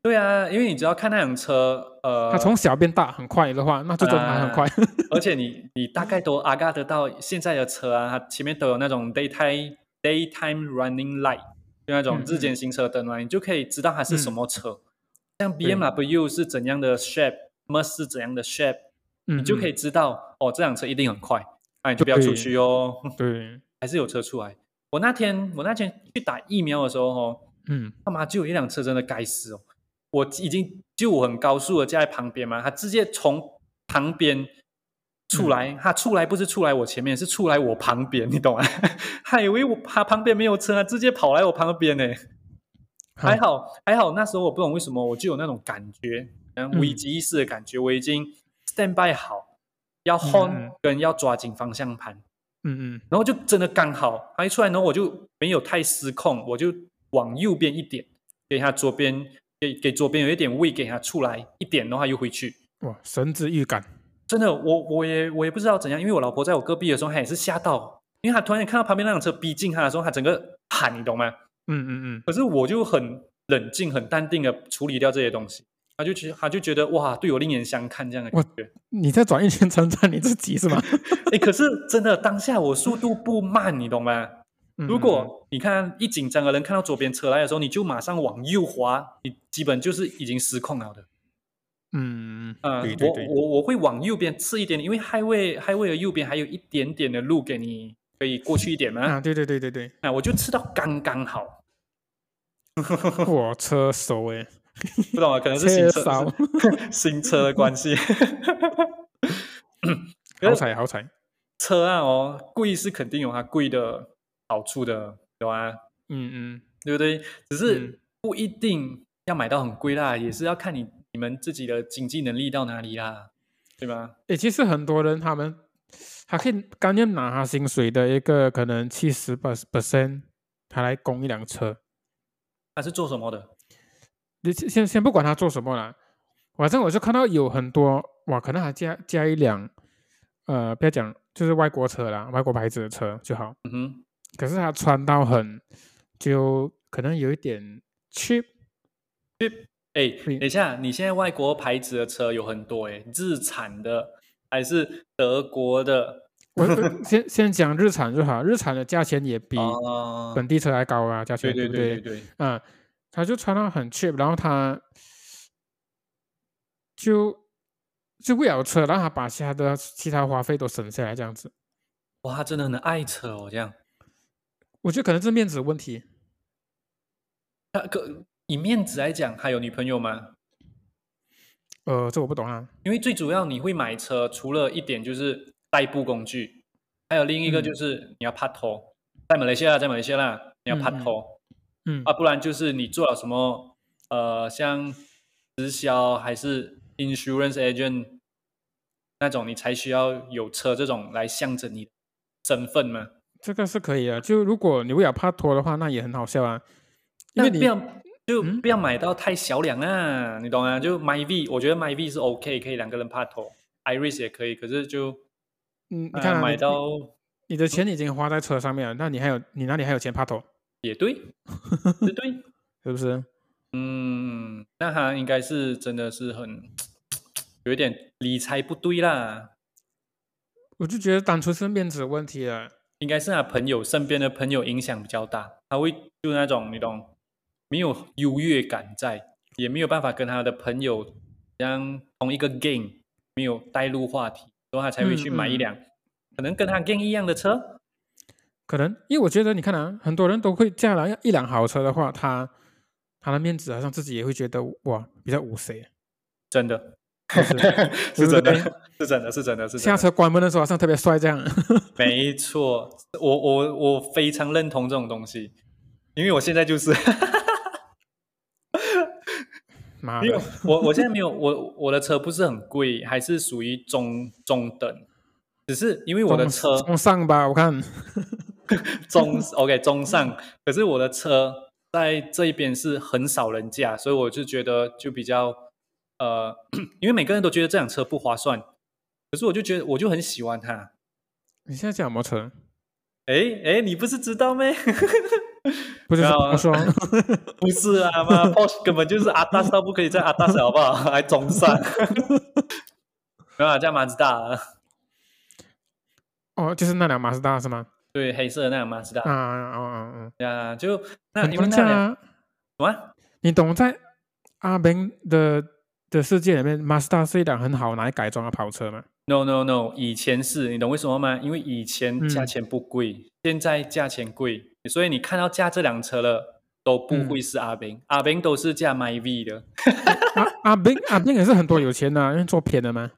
对啊，因为你只要看那辆车，呃，
它从小变大很快的话，那就真的还很快。
而且你你大概都阿嘎得到现在的车啊，它前面都有那种 daytime daytime running light，就那种
嗯
日间行车灯啊，你就可以知道它是什
嗯
么车。像 BMW 是怎样的 shape，Merc 是怎样的 shape，
嗯，
你就可以
嗯
知道哦，这辆车一定很快，那你就不要出
对
去哦，
嗯对，
还是有车出来。我那天我那天去打疫苗的时候哦，
嗯
他妈就有一辆车真的该死哦！我已经就我很高速的驾在旁边嘛，他直接从旁边出
嗯
来，他出来不是出来我前面，是出来我旁边，你懂吗？ 他以为我他旁边没有车，他直接跑来我旁边呢。欸还好还好，那时候我不懂为什么我就有那种感觉，嗯，
嗯
危机意识的感觉，我已经 stand by 好，要 horn
嗯
跟要抓紧方向盘，
嗯嗯
然后就真的刚好，他一出来，然后我就没有太失控，我就往右边一点，给他左边，给给左边有一点位给他出来一点，然后他又回去。
哇，神之预感，
真的，我我也我也不知道怎样，因为我老婆在我隔壁的时候，她也是吓到，因为她突然间看到旁边那辆车逼近她的时候，她整个喊，你懂吗？
嗯嗯
可是我就很冷静、很淡定的处理掉这些东西，她就觉她就觉得哇，对我另眼相看这样的感觉。
嗯，你在转一圈称赞你自己是吗？
哎，可是真的当下我速度不慢，你懂吗？
嗯
如果你看一紧张的人看到左边车来的时候，你就马上往右滑，你基本就是已经失控了的。
嗯，嗯
啊，
嗯对对对，
我我我会往右边刺一点点，因为 highway highway 的右边还有一点点的路给你可以过去一点嘛。
啊，对对对对 对，
啊，我就吃到刚刚好，
我车手哎，
不懂啊，可 能是
车
新车
手，
是新车的关系。
好彩好彩，
车啊哦，贵是肯定有它贵的好处的，懂啊？
嗯嗯
对不对？只是
嗯
不一定要买到很贵啦，也是要看你你们自己的经济能力到哪里啦，对吧？
诶，其实很多人他们他可以甘愿拿他薪水的一个可能七十 percent，他来供一辆车。
他是做什么的？
你先先先不管他做什么啦，反正我就看到有很多哇，可能还加加一辆，呃，不要讲就是外国车啦，外国牌子的车就好。
嗯哼，
可是他穿到很，就可能有一点 cheap，
哎，
你
等一下，你现在外国牌子的车有很多哎、日产的还是德国的
我 我先先讲日产就好，日产的价钱也比
啊？
本地车还高啊，价钱
对对
不
对对对，
啊，他就穿到很 cheap，然后他就就为了车，然后他把其他的其他花费都省下来这样子。
哇，他真的很爱车哦，这样。
我觉得可能是面子问题，
他可以面子来讲，还有女朋友吗？
呃，这我不懂啊。
因为最主要你会买车，除了一点就是代步工具，还有另一个就
嗯
是你要拍拖，在马来西亚，在马来西亚啦，你要拍
嗯嗯
拖、
嗯
啊，不然就是你做了什么呃，像直销还是 insurance agent 那种，你才需要有车这种来象征你的身份嘛。
这个是可以的。就如果你为了怕拖的话，那也很好笑啊，因为
但
你
不要就
嗯
不要买到太小两啊，你懂啊？就 my V，我觉得 my V 是 OK，可以两个人拍拖，Iris 也可以，可是就
嗯，你
呃
看、啊、
买
你
到嗯
你的钱已经花在车上面了，那你还有你哪里还有钱怕拖？
也对，也对，
是不是？
嗯，那他应该是真的是很有一点理财不对啦，
我就觉得单纯是面子问题啊了。
应该是他朋友身边的朋友影响比较大，他会就那种你懂，没有优越感在，也没有办法跟他的朋友像同一个 game，没有带入话题，所以他才会去买一
嗯嗯
辆、可能跟他 game 一样的车，
可能因为我觉得你看啊，很多人都会驾了一辆好车的话，他他的面子好像自己也会觉得哇比较无 谁，
真的
就是 对不
是真的，
对
是真的，是真的，是真的。
下
啊
车关门的时候好像特别帅这样。
没错，我我我非常认同这种东西，因为我现在就是，
妈
因为
的，
我我现在没有我我的车不是很贵，还是属于中中等，只是因为我的
中
车
中上吧，我看，
中 OK 中上，可是我的车在这一边是很少人驾，所以我就觉得就比较呃， 因为每个人都觉得这辆车不划算，可是我就觉得我就很喜欢它。
你现在讲什么车？
诶诶，你不是知道咩？
不是
没有
我
啊
说，
不是啊，妈，Porsche 根本就是阿达斯到不可以再阿达斯好不好？还中上， 没有啊，叫马自达啊，
哦，就是那辆马自达是吗？
对，黑色的那辆马自达
啊，啊啊啊！
对啊，就那
很
因为
关
那
键
辆
啊！
什么？
你懂在阿宾的的世界里面，马自达是一辆很好拿来改装的跑车嘛？
No no no，以前是你懂为什么吗？因为以前
嗯
价钱不贵，现在价钱贵，所以你看到驾这辆车了，都
嗯
不会是阿宾，阿宾都是驾 My V 的。
阿啊阿宾阿宾也是很多有钱的啊、因为做偏的嘛。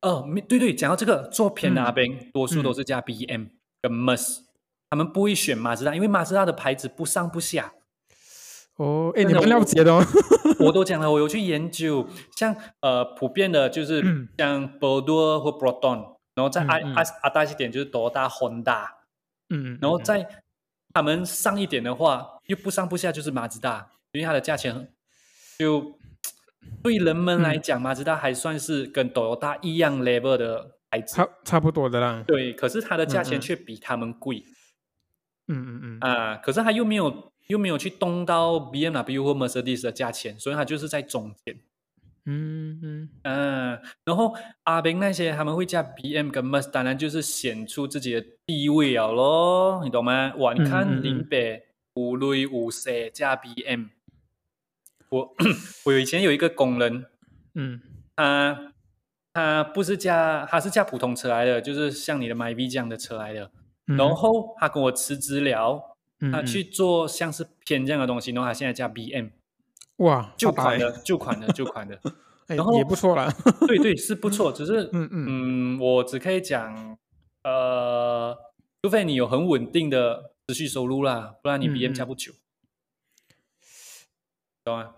哦，没对对，讲到这个做偏的阿
嗯
宾，多数都
嗯
是加 BM 跟 MERS，他们不会选马自达，因为马自达的牌子不上不下。
哦，哎，
真
你
的
们
我
了解的哦。
我都讲了，我有去研究，像呃普遍的就是像 Bordeaux 或 Broton，然后再阿
嗯嗯嗯
阿阿大一点就是 Toyota、Honda，
嗯，
然后
嗯
在他们上一点的话，又不上不下就是马自达，因为它的价钱很就对人们来讲，
嗯
马自达还算是跟 Toyota 一样 level 的牌子，
差差不多的啦，
对，可是它的价
嗯
钱
嗯
却比他们贵
嗯嗯嗯，
啊、可是它又没有又没有去动到 BMW 或 Mercedes 的价钱，所以它就是在中间。
嗯嗯
嗯，然后阿兵那些他们会加 BM 跟 Merc，当然就是显出自己的地位了咯，你懂吗？哇，你
嗯嗯
看
嗯
林北五类五色加 BM，我我以前有一个工人，
嗯
他他不是驾，他是驾普通车来的，就是像你的 m y v 这样的车来的。
嗯，
然后他跟我辞职了，
嗯
他
嗯
去做像是偏这样的东西，然后他现在加 BM，
哇，
旧
大白
款的，旧款的，旧 款的。
哎
然后
也不错啦，
对对，是不错，只是
嗯嗯
嗯，我只可以讲，呃，除非你有很稳定的持续收入啦，不然你
嗯
BM
嗯
加不久，懂吗？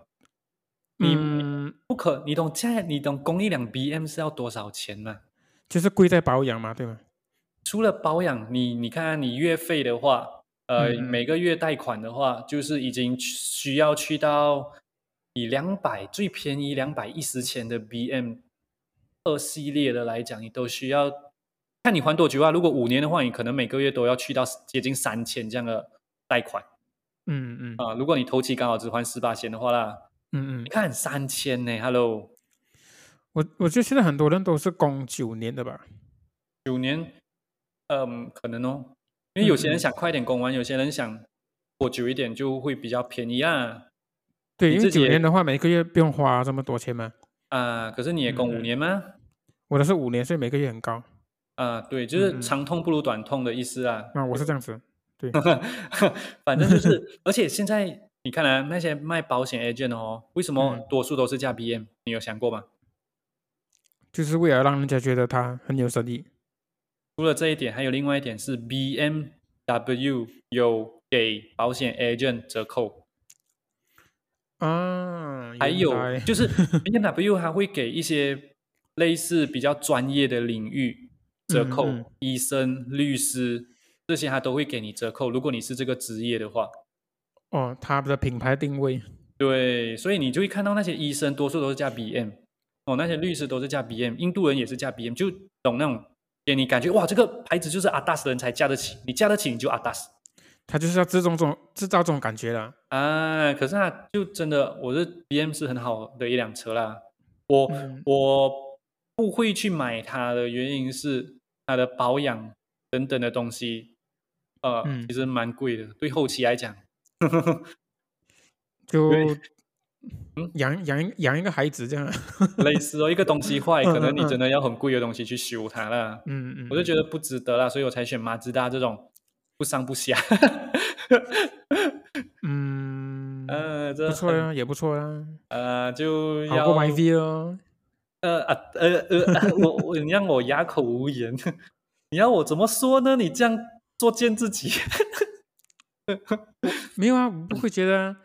你
嗯，
不可，你懂现在你懂公一辆 BM 是要多少钱吗？
就是贵在保养嘛，对吗？
除了保养，你你看看你月费的话，呃，
嗯嗯
每个月贷款的话，就是已经去需要去到以两百最便宜两百一十钱的 BM 二系列的来讲，你都需要看你还多久啊？如果五年的话，你可能每个月都要去到接近三千这样的贷款
嗯嗯
啊、如果你头期刚好只还十八千的话啦，
嗯嗯
你，看三千呢，Hello，
我我觉得现在很多人都是供九年的吧，
九年，嗯，可能哦，因为有
嗯
些人
嗯
想快点供完，有些人想我久一点就会比较便宜啊
对，
你
因为
自己
九
也
年的话每个月不用花这么多钱嘛，
啊！可是你也供
嗯
五
嗯
年吗？
我的是五年，所以每个月很高，
啊，对，就
嗯嗯
是长痛不如短痛的意思啊。
啊，我是这样子，对，嗯
反正 就是，而且现在你看啊，那些卖保险 agent 哦，为什么
嗯
多数都是加 BM？你有想过吗？
就是为了让人家觉得他很有生意，
除了这一点，还有另外一点是 BMW 有给保险 agent 折扣。
啊，
还
原
有
来
就是 BMW 还会给一些类似比较专业的领域折
嗯
扣，
嗯
医生、律师这些他都会给你折扣。如果你是这个职业的话，
哦，他的品牌定位，
对，所以你就会看到那些医生多数都是加 BM，哦，那些律师都是加 BM，印度人也是加 BM，就懂那种给你感觉哇，这个牌子就是阿达斯人才加得起，你加得起你就阿达斯。
他就是要制造这种制造这种感觉啦，
啊，可是啊，就真的，我是 BM 是很好的一辆车啦。我、
嗯
我不会去买它的原因是它的保养等等的东西，呃，
嗯
其实蛮贵的。对后期来讲，
就嗯
对
养养一养一个孩子这样啊，
类似哦，一个东西坏，可能
嗯
你
嗯
真的要很贵的东西去修它啦。
嗯嗯，
我就觉得不值得啦，所以我才选马自达这种不上不下。
嗯，
呃，这
不错
很
呀，也不错呀，
呃，就
好
要
过 YV 咯，
呃啊呃呃，我我你让我哑口无言， 你要我怎么说呢？你这样作践自己，
没有啊，我不会觉得啊。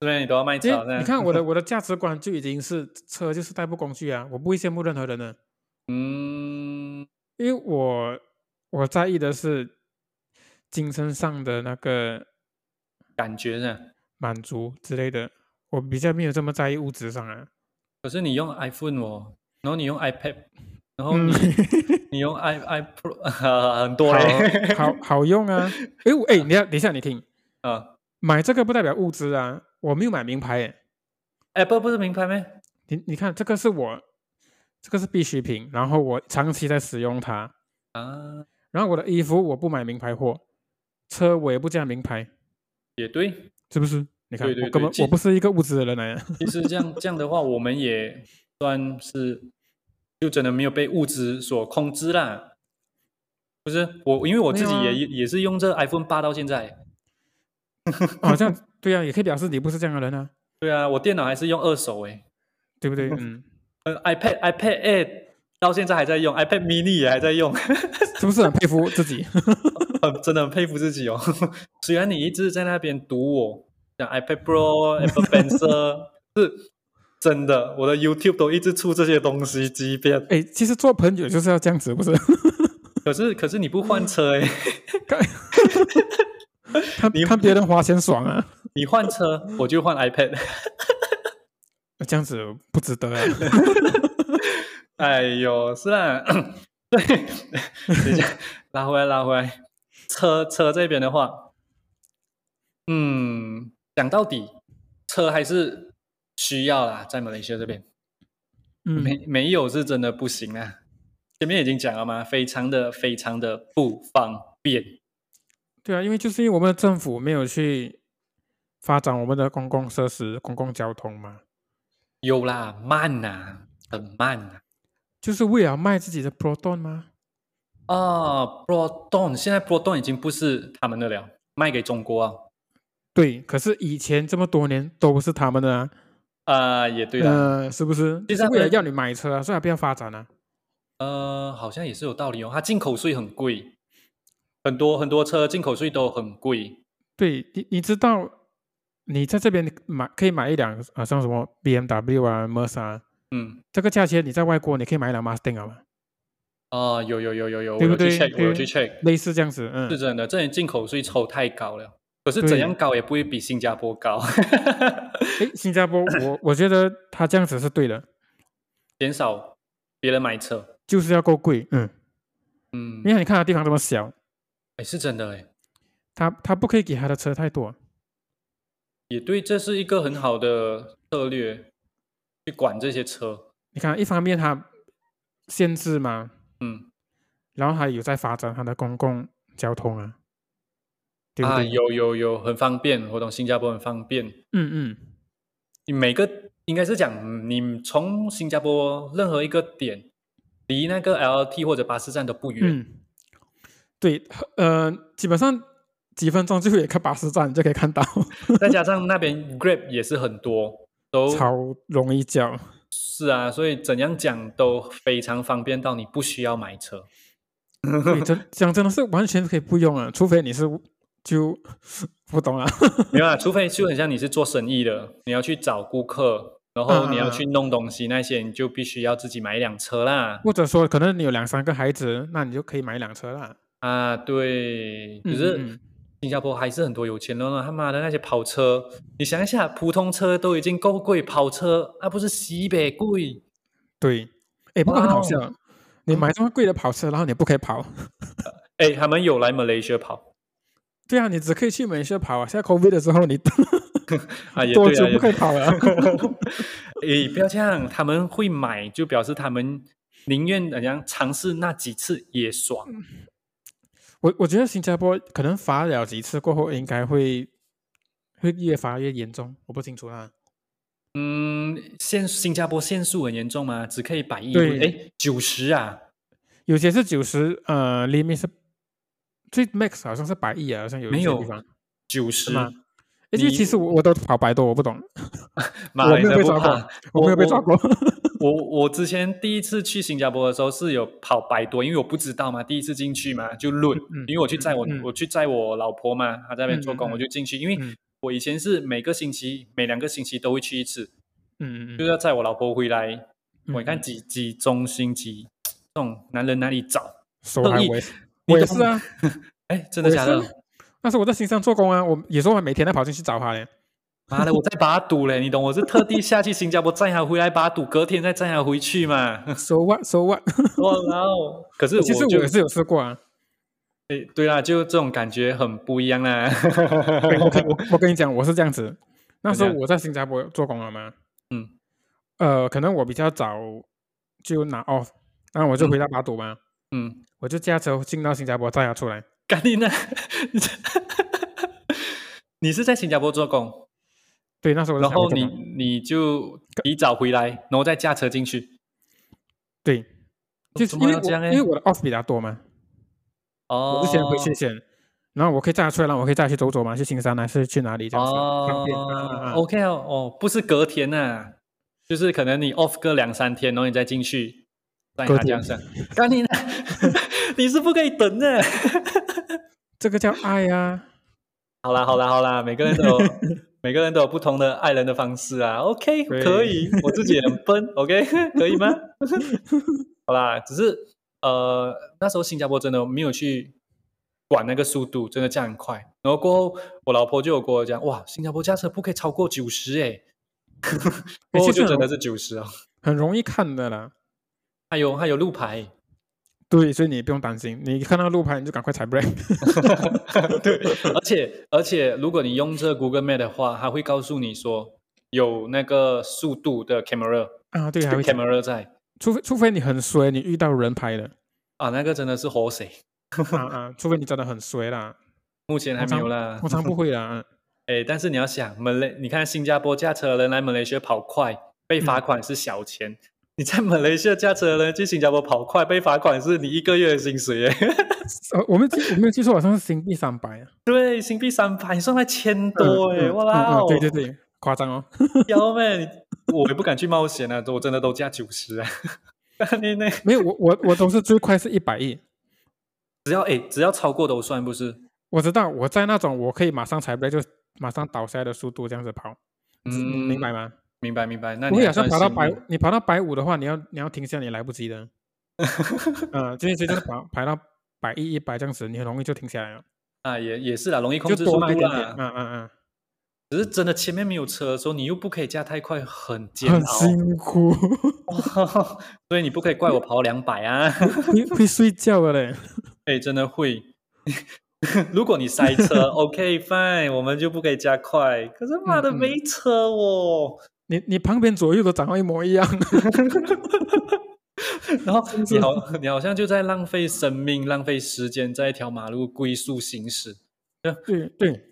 对，你都要卖
因
车
为
呢？
你看我 的我的价值观就已经是车就是代步工具啊，我不会羡慕任何人的，
嗯，
因为我我在意的是精神上的那个
感觉呢？
满足之类的，我比较没有这么在意物质上 啊。
可是你用 iPhone 哦，然后你用 iPad，然后
嗯
你、，你用 i i Pro 啊，很多嘞，
好好好用啊！哎我哎，你要等一下，你听，
啊
买这个不代表物质啊，我没有买名牌诶，
，Apple 不是名牌咩？
你你看这个是我这个是必需品，然后我长期在使用它，
啊，
然后我的衣服我不买名牌货，车我也不加名牌。
也对。
是不是？你看，
对对
我根
对
本
其
我不是一个物质的人来啊的。
其实 这样这样的话，我们也算是就真的没有被物质所控制啦。不是我，因为我自己
没有啊
也、也是用这 iPhone 八到现在。
好像对啊，也可以表示你不是这样的人啊，
对啊，我电脑还是用二手诶、
对 不对？嗯，
呃，iPad iPad Air 到现在还在用，iPad Mini 也还在用，
是不是很佩服自己？
很真的很佩服自己哦。 虽然你一直在那边堵我，讲 iPad Pro、Apple Pencil，是真的，我的 YouTube 都一直出这些东西，即便
哎，其实做朋友就是要这样子，不是？
可是可是你不换车哎、
看
你
看别人花钱爽啊，
你换车我就换 iPad，
这样子不值得啊。
哎呦，是啊， 对，等一下拉回来拉回来，车车这边的话，嗯，讲到底，车还是需要啦，在马来西亚这边。
嗯，
没没有是真的不行啊。前面已经讲了嘛，非常的非常的不方便。
对啊，因为就是因为我们的政府没有去发展我们的公共设施、公共交通嘛，
有啦，慢呐、很慢啊呐、
就是为了卖自己的 Proton 吗？
啊。哦，Proton 现在 Proton 已经不是他们的了，卖给中国啊。
对，可是以前这么多年都是他们的啊，
啊、也对啦，
呃，是不是？就
其
是
实他
为了
们
要你买车、啊，所以还不要发展啊。
呃，好像也是有道理哦。它进口税很贵，很多很多车进口税都很贵。
对你，你知道你在这边买可以买一辆啊，像什么 BMW 啊、Merc 啊，
嗯，
这个价钱你在外国你可以买一辆 Mustang 啊嘛，
啊、有有有有有，我
对
有
不
去
对
check，我有去
对
check。
类似这样子，
是
嗯，
真的，这里进口税抽太高了，可是怎
对
样高也不会比新加坡高，
诶，新加坡 我我觉得他这样子是对的，
减少别人买车。
就是要够贵，嗯，
嗯
因，为你看它地方这么小，
哎，是真的哎，
他他不可以给他的车太多，
也对，这是一个很好的策略，去管这些车。
你看一方面他限制嘛，
嗯，
然后还有在发展它的公共交通啊，对不
啊，
对？
有有有，很方便，我懂新加坡很方便，
嗯嗯，
你每个应该是讲嗯你从新加坡任何一个点，离那个 LRT 或者巴士站都不远。
嗯，对，呃，基本上几分钟就有一个巴士站，你就可以看到，
再加上那边 Grab 也是很多，都
超容易叫。
是啊，所以怎样讲都非常方便到你不需要买车。
对，真讲真的是完全可以不用啊，除非你是就 不懂啊。
没有啊，除非就很像你是做生意的，你要去找顾客，然
嗯
后你要去弄东西那些，你就必须要自己买一辆车啦。
或者说，可能你有两三个孩子，那你就可以买一辆车啦。
啊，对，可
嗯
是
嗯
新加坡还是很多有钱人啊，他妈的那些跑车，你想一下，普通车都已经够贵，跑车那、啊、不是西北 贵？
对，哎，不过很
哇
好
哦
笑，你买这么贵的跑车，然后你不可以跑。
哎，他们有来马来西亚跑
对啊，你只可以去美学跑啊。现在 COVID 的时候，你
啊，也
多
对
久
啊，
不
也
可
对
以 跑了？
诶，不要这样，他们会买就表示他们宁愿怎样尝试那几次也爽。
我我觉得新加坡可能罚了几次过后，应该会会越罚越严重，我不清楚啊啦。
嗯，限新加坡限速很严重吗？只可以百亿，
对
诶，九十啊，
有些是九十，呃，limit 是最 max 好像是百亿啊，好像有一
没
些
有
地方。
九十，
吗而且其
你
实我我都跑百多，我不懂，
马
我没
来西
有
亚
被
不
抓
怕
过。我没有被抓过。
嗯我我之前第一次去新加坡的时候是有跑百多，因为我不知道嘛，第一次进去嘛就论，
嗯嗯
因为我去载我、
嗯
我去载我老婆嘛，她在那边做
嗯
工，
嗯嗯
我就进去，因为
嗯
我以前是每个星期每两个星期都会去一次，
嗯嗯
就是要载我老婆回来，
嗯，
我看几几中心几这种男人哪里找？
手
特
还
意
我也
你
我也
懂
是啊，
哎，真
我也
的假
是
的
啊。？但是我在新上做工啊，我有时候还每天在跑进去找他嘞。
妈的，我在把他堵嘞，你懂？我是特地下去新加坡载他回来，把他堵，隔天再载他回去嘛。
So what？So what？
哇哦！可是我
其实
就
我也是有试过啊。
诶对啦，就这种感觉很不一样啦。
对我跟我我跟你讲，我是这样子，那时候
怎样
我在新加坡做工了嘛，
嗯，
呃，可能我比较早就拿 off，然后我就回到巴都嘛，
嗯，
我就驾车进到新加坡，再要出来。
赶紧呢，你这你是在新加坡做工，
对，那时候我在新
然
加坡
后
做
你
工
你就提早回来，然后再驾车进去。
对，就是
怎
因
么
为
要
我
这样
因为
诶
我的 off 比较多嘛，
哦，
我是先回去先，然后我可以再出来，然后我可以再去走走嘛，去新山还是去哪里这样子，方便。啊啊
哦
啊
，OK 哦，哦，不是隔天呐、就是可能你 off 个两三天，然后你再进去，再
隔
拿这样上。干你呢？ 你是不可以等的。
这个叫爱啊，
好啦，好啦，好啦，每个人都有每个人都有不同的爱人的方式啊。OK，
对
可以，我自己也很笨。OK，可以吗？ 好啦，只是呃，那时候新加坡真的没有去管那个速度，真的降很快。然后过后，我老婆就有跟我讲，哇，新加坡驾车不可以超过九十哎，过后
其实
哦就
很
真的是九 十啊。
很容易看的啦。
还有还有路牌，
对，所以你不用担心，你看到路牌你就赶快踩 brake。
对，而且而且，如果你用这个 Google Map 的话，它会告诉你说有那个速度的 camera，
啊，对，还
有
会 讲
camera 在
除非除非你很衰，你遇到人 拍的
啊，那个真的是活水，
啊啊，除非你真的很衰 啦，
目前还没有啦
通。常不会啦。 啊
哎，但是你要想，马来，你看新加坡驾车的人来马来西亚跑快，被罚
嗯
款是小钱。你在马来西亚驾车的人去新加坡跑快，被罚款是你一个月的薪水耶。
呃，我没有记，我没有记错，好像是新币三百啊。
对，新币三百，你算来千多哎，
嗯
哇啦
嗯
哦
嗯！对对对，夸张哦。
幺妹，你我也不敢去冒险啊，我真的都加九十啊。 你那
没有，我我我都是最快是一百亿。
只要哎，只要超过都算不是？
我知道我在那种我可以马上踩 brake 就马上倒下来的速度这样子跑，
嗯，
明白吗？
明白明白。那
不
你
会
还
好像
算
跑到
幸
百
运，
你跑到百五的话，你要你要停下，你来不及 的。嗯，这件事就是跑排到百亿一百这样子，你很容易就停下来了，
啊，也也是啦，容易控
就
制速
多
度啊
那一点点。
啦。
嗯嗯
只是真的前面没有车的时候，你又不可以加太快，很煎
嗯，很
熬。
辛苦，
所以你不可以怪我跑两 百啊！
会会睡觉的嘞。
哎，真的会。 如果你塞车，OK fine，我们就不可以加快。可是妈的
嗯嗯
没车哦，
你你旁边左右都长得一模一样，
然后你好，你好像就在浪费生命、浪费时间，在一条马路龟速行驶。
对对，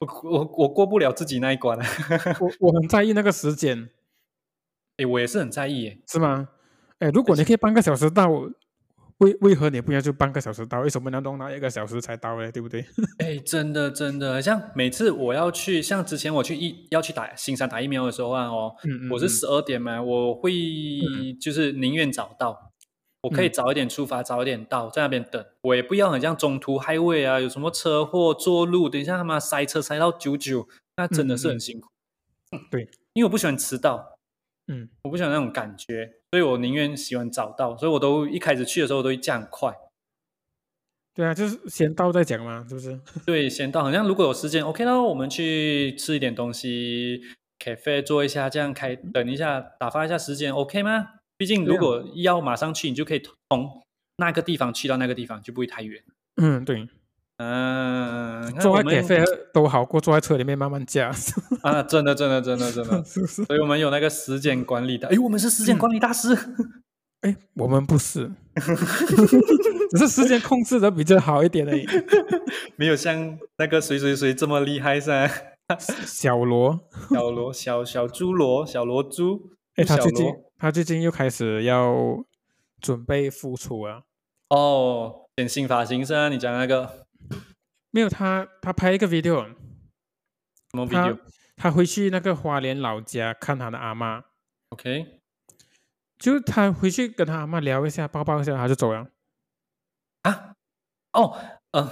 我我我过不了自己那一关啊！
我我很在意那个时间，
哎，我也是很在意耶。
是吗？哎，如果你可以半个小时到，为为何你不要就半个小时到？为什么你要弄到一个小时才到嘞？对不对？
哎，真的真的，像每次我要去，像之前我去疫要去打新山打疫苗的时候啊，哦，
嗯，嗯
我是
嗯
十二点嘛，我会就是宁愿早到，我可以
嗯
早一点出发，早一点到，在那边等，我也不要很像中途 highway 啊，有什么车祸坐路，等一下他妈塞车塞到九九，那真的
嗯
是
嗯
很辛苦。
对，
因为我不喜欢迟到，
嗯
我不喜欢那种感觉，所以我宁愿喜欢早到，所以我都一开始去的时候都会降快。
对啊，就是先到再讲嘛，是不是？
对，先到，好像如果有时间，OK 那我们去吃一点东西，cafe 坐一下，这样开等一下，打发一下时间，OK 吗？毕竟
对
如
啊
果要马上去，你就可以从那个地方去到那个地方，就不会太远。
嗯，对，
嗯、那
坐
我
在
们
铁 费都好过坐在车里面慢慢驾，
啊，真的，真的，真的，真 的，
是不是？
所以我们有那个时间管理的，哎诶，我们是时间管理大师。
哎，我们不 是，只是时间控制的比较好一点而已。
没有像那个谁谁谁这么厉 害噻。
小罗，
小罗，小小猪罗，小罗猪，
哎，
小
他最近
罗
他最近又开始要准备复出啊了。
哦，剪新发型噻。你讲那个
没有他，他拍一个 video，
什么
他
video？
他回去那个花莲老家看他的阿妈，
OK，
就他回去跟他阿妈聊一下，抱抱一下，他就走了。
哦，嗯、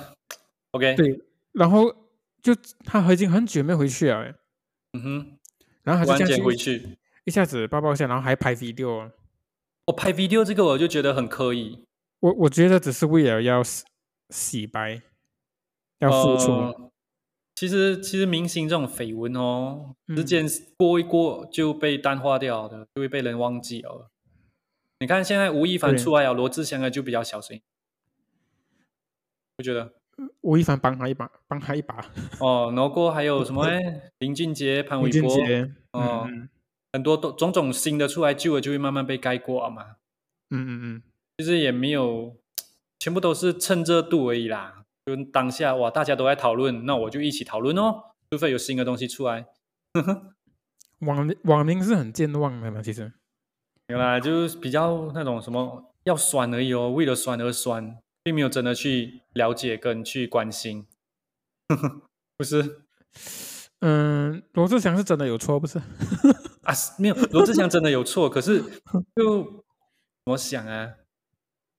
o k
对然后就他已经很久没回去了欸，
嗯哼，
然后
突
他就
然
这
间
样
回
去
去，
一下子抱抱一下，然后还拍 video 哦。
我、拍 video 这个我就觉得很刻意，
我我觉得只是为了要洗洗白，要付出。
呃其实其实明星这种绯闻哦，时
嗯
间过一过就被淡化掉的，就会被人忘记了。你看现在吴亦凡
对
出来了，罗志祥啊就比较小声，不觉得？
吴亦凡帮他一把，帮他一把。
哦，然后过后还有什么？哎，林俊杰、潘
吴
玮
俊
柏，
杰，
哦
嗯
很多都种种新的出来，旧的就会慢慢被盖过啊嘛。
嗯嗯
就是也没有，全部都是趁热度而已啦。就当下哇，大家都在讨论，那我就一起讨论哦，除非有新的东西出来。
嗯，网民网民是很健忘的嘛，其实。
原来就是比较那种什么要酸而已哦，为了酸而酸，并没有真的去了解跟去关心， 不是
嗯，罗志祥是真的有错，不是？
啊？是没有，罗志祥真的有错，可是就怎么想啊？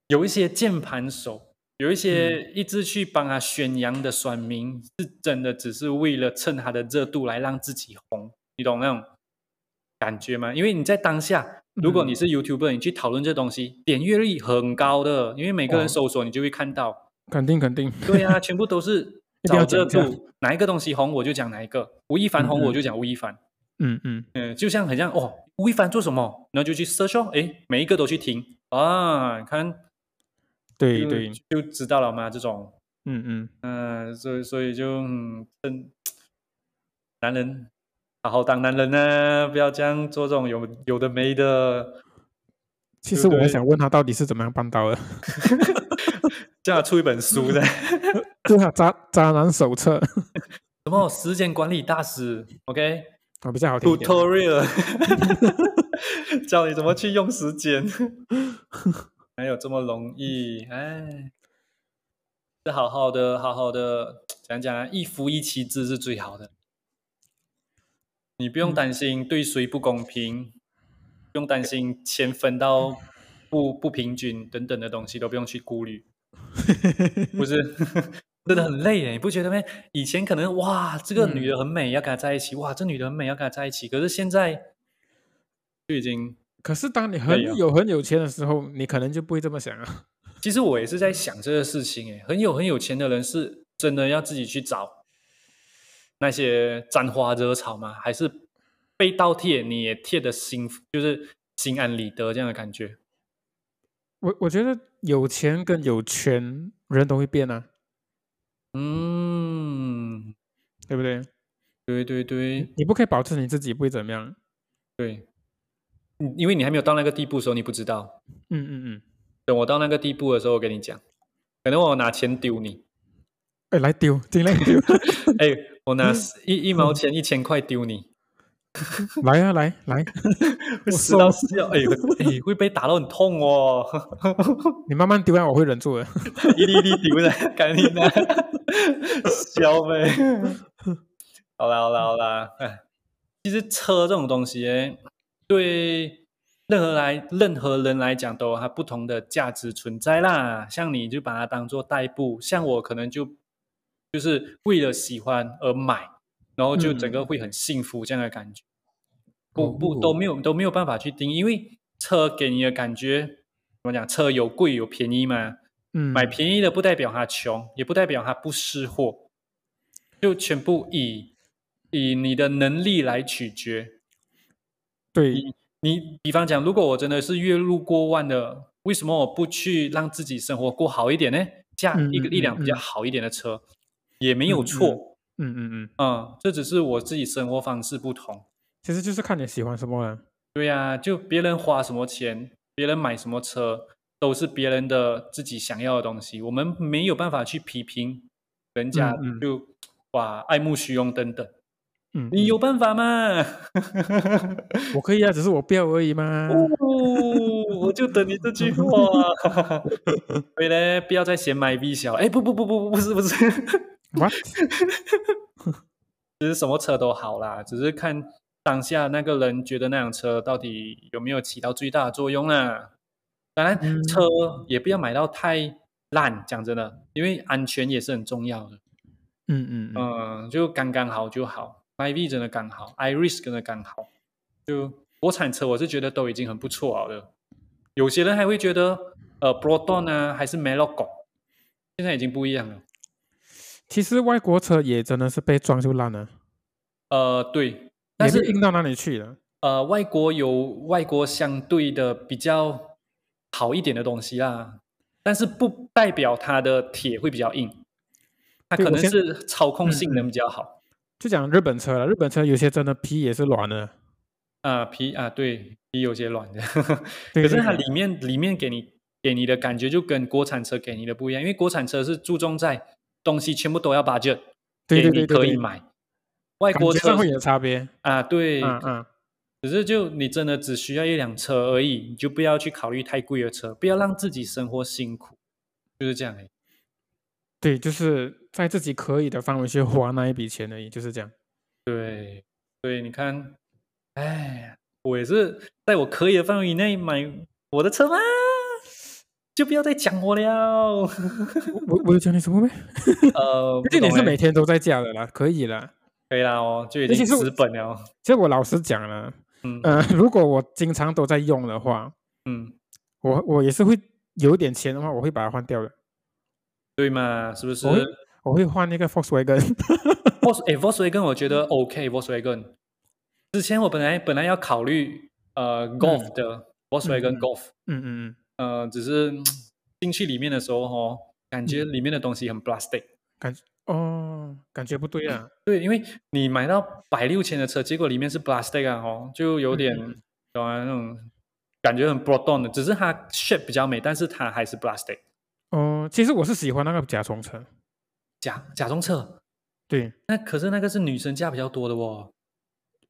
有一些键盘手有一些
嗯
一直去帮他宣扬的选民，是真的只是为了趁他的热度来让自己红，你懂那种感觉吗？因为你在当下，如
嗯
果你是 YouTuber，你去讨论这东西，点阅率很高的，因为每个
哇
人搜索你就会看到。
肯定肯定，
对呀、全部都是
一定要
找热
讲一下
度，哪一个东西红我就讲哪一个，吴亦凡红
嗯嗯
我就讲吴亦凡。
嗯嗯，
嗯，就像很像哦，吴亦凡做什么，然后就去 search 哦，诶，每一个都去听啊，你看
对
就
对，
就知道了嘛，这种，
嗯嗯，
嗯、所以所以就嗯，真男人好好当男人呢、不要这样做这种有有的没的，
其
对
实我
对
很想问他到底是怎么样办到的，
叫他出一本书的， 什
就是渣渣男手册，
么时间管理大师，OK，
啊比较好听一点。
tutorial，教你怎么去用 时间，哪有这么容易？哎，是好好的，好好的讲讲啊，一夫一妻制是最好的。你不用担心对谁不公平，不用担心钱分到不不平均等等的东西都不用去顾虑，不是？ 真的很累耶，你不觉得吗？以前可能哇，这个女的很美，要跟她在一起；哇，这女的很美，要跟她在一起。可是现在就已经，
可是当你
可
很
以啊
有很有钱的时候，你可能就不会这么想啊了。
其实我也是在想这个事情欸诶，很有很有钱的人是真的要自己去找那些沾花惹草吗？还是被倒贴你也贴的心，就是心安理得这样的感觉？
我我觉得有钱跟有权人都会变啊，
嗯，
对不对？
对对对
你不可以保证你自己不会怎么样。
对，嗯因为你还没有到那个地步的时候，你不知道。
嗯嗯嗯，
等我到那个地步的时候，我跟你讲，可能我拿钱丢你。
哎，来丢，尽量丢，
哎、我拿十一一毛钱一千块丢你，
来啊来来，
会死到死掉，哎、呦，哎、会被打到很痛哦，
你慢慢丢啊，我会忍住的。
一粒一粒丢的，赶紧拿，笑呗。好啦好啦好啦，哎，其实车这种东西耶，对任何来任何人来讲都有它不同的价值存在啦。像你就把它当做代步，像我可能就就是为了喜欢而买，然后就整个会很幸福这样的感觉。不不都没有都没有办法去定义，因为车给你的感觉怎么讲？车有贵有便宜嘛，
嗯，
买便宜的不代表他穷，也不代表他不识货，就全部以以你的能力来取决。
对，
你比方讲，如果我真的是月入过万的，为什么我不去让自己生活过好一点呢？驾
嗯
一个
嗯
一辆
嗯
比较
嗯
好一点的车、也没有
嗯
错。
嗯嗯嗯，
嗯，这只是我自己生活方式不同。
其实就是看你喜欢什么啊了。
对呀、就别人花什么钱，别人买什么车，都是别人的自己想要的东西，我们没有办法去批评人家
嗯嗯
就，哇爱慕虚荣等等。
嗯，
你
嗯
有办法吗？
我可以啊，只是我不要而已嘛。
哦，我就等你这句话。所以呢，不要再嫌买 V 小。哎，不不不不不，不是不 是，
What？
其实什么车都好啦，只是看当下那个人觉得那辆车到底有没有起到最大的作用啦。当然，
嗯
车也不要买到太烂，讲真的，因为安全也是很重要的。
嗯嗯嗯，
嗯，就刚刚好就好。IV 真的刚好，Iris 真的刚好。就国产车，我是觉得都已经很不错了的。有些人还会觉得，呃，Proton 啊，还是 m e l o g o 现在已经不一样了。
其实外国车也真的是被装就烂了，
呃，对，
也
但
没
是
硬到哪里去了。
呃，外国有外国相对的比较好一点的东西啦，但是不代表它的铁会比较硬，它
对
可
我
能
先嗯
是操控性能比较好。
就讲日本车了，日本车有些真的皮也是软的。
啊，皮啊，对，皮有些软的，
对
可是
对
它
对
里面里面给你给你的感觉就跟国产车给你的不一样，因为国产车是注重在东西全部都要 budget，
对对
给
对
你
对
可以
对
买，外
感
国
觉
车
上会
是
有差别。
啊，对，
嗯嗯，
可是就你真的只需要一辆车而已，你就不要去考虑太贵的车，不要让自己生活辛苦，就是这样而已。
对，就是在自己可以的范围去花那一笔钱而已，就是这样。
对，所以你看，哎，我也是在我可以的范围内买我的车吗？就不要再讲我了。
我我有讲你什么没？
呃，
而且你
不懂
是
欸
每天都在家的啦，可以啦。
对啦哦，就已
尤其
经
是我
资本了。
其实我老实讲了，
嗯
呃， 如果我经常都在用的话，
嗯，
我我也是会有点钱的话，我会把它换掉的。
对嘛，是不是
我会我会换那个 Volkswagen，
？Vos 哎，Volkswagen 我觉得 OK，Volkswagen。之前我本来本来要考虑呃 Golf 的 Volkswagen
嗯
Golf，
嗯嗯嗯，
呃，只是嗯进去里面的时候哦，感觉里面的东西
嗯
很 plastic。
感觉哦，感觉不对啊，
对，因为你买到百六千的车，结果里面是 plastic 啊，哦，就有点
嗯
懂啊那种感觉很 broad on 的，只是它 shape 比较美，但是它还是 plastic。
哦，其实我是喜欢那个甲虫车，
甲甲中车，
对，
那可是那个是女生价比较多的哦，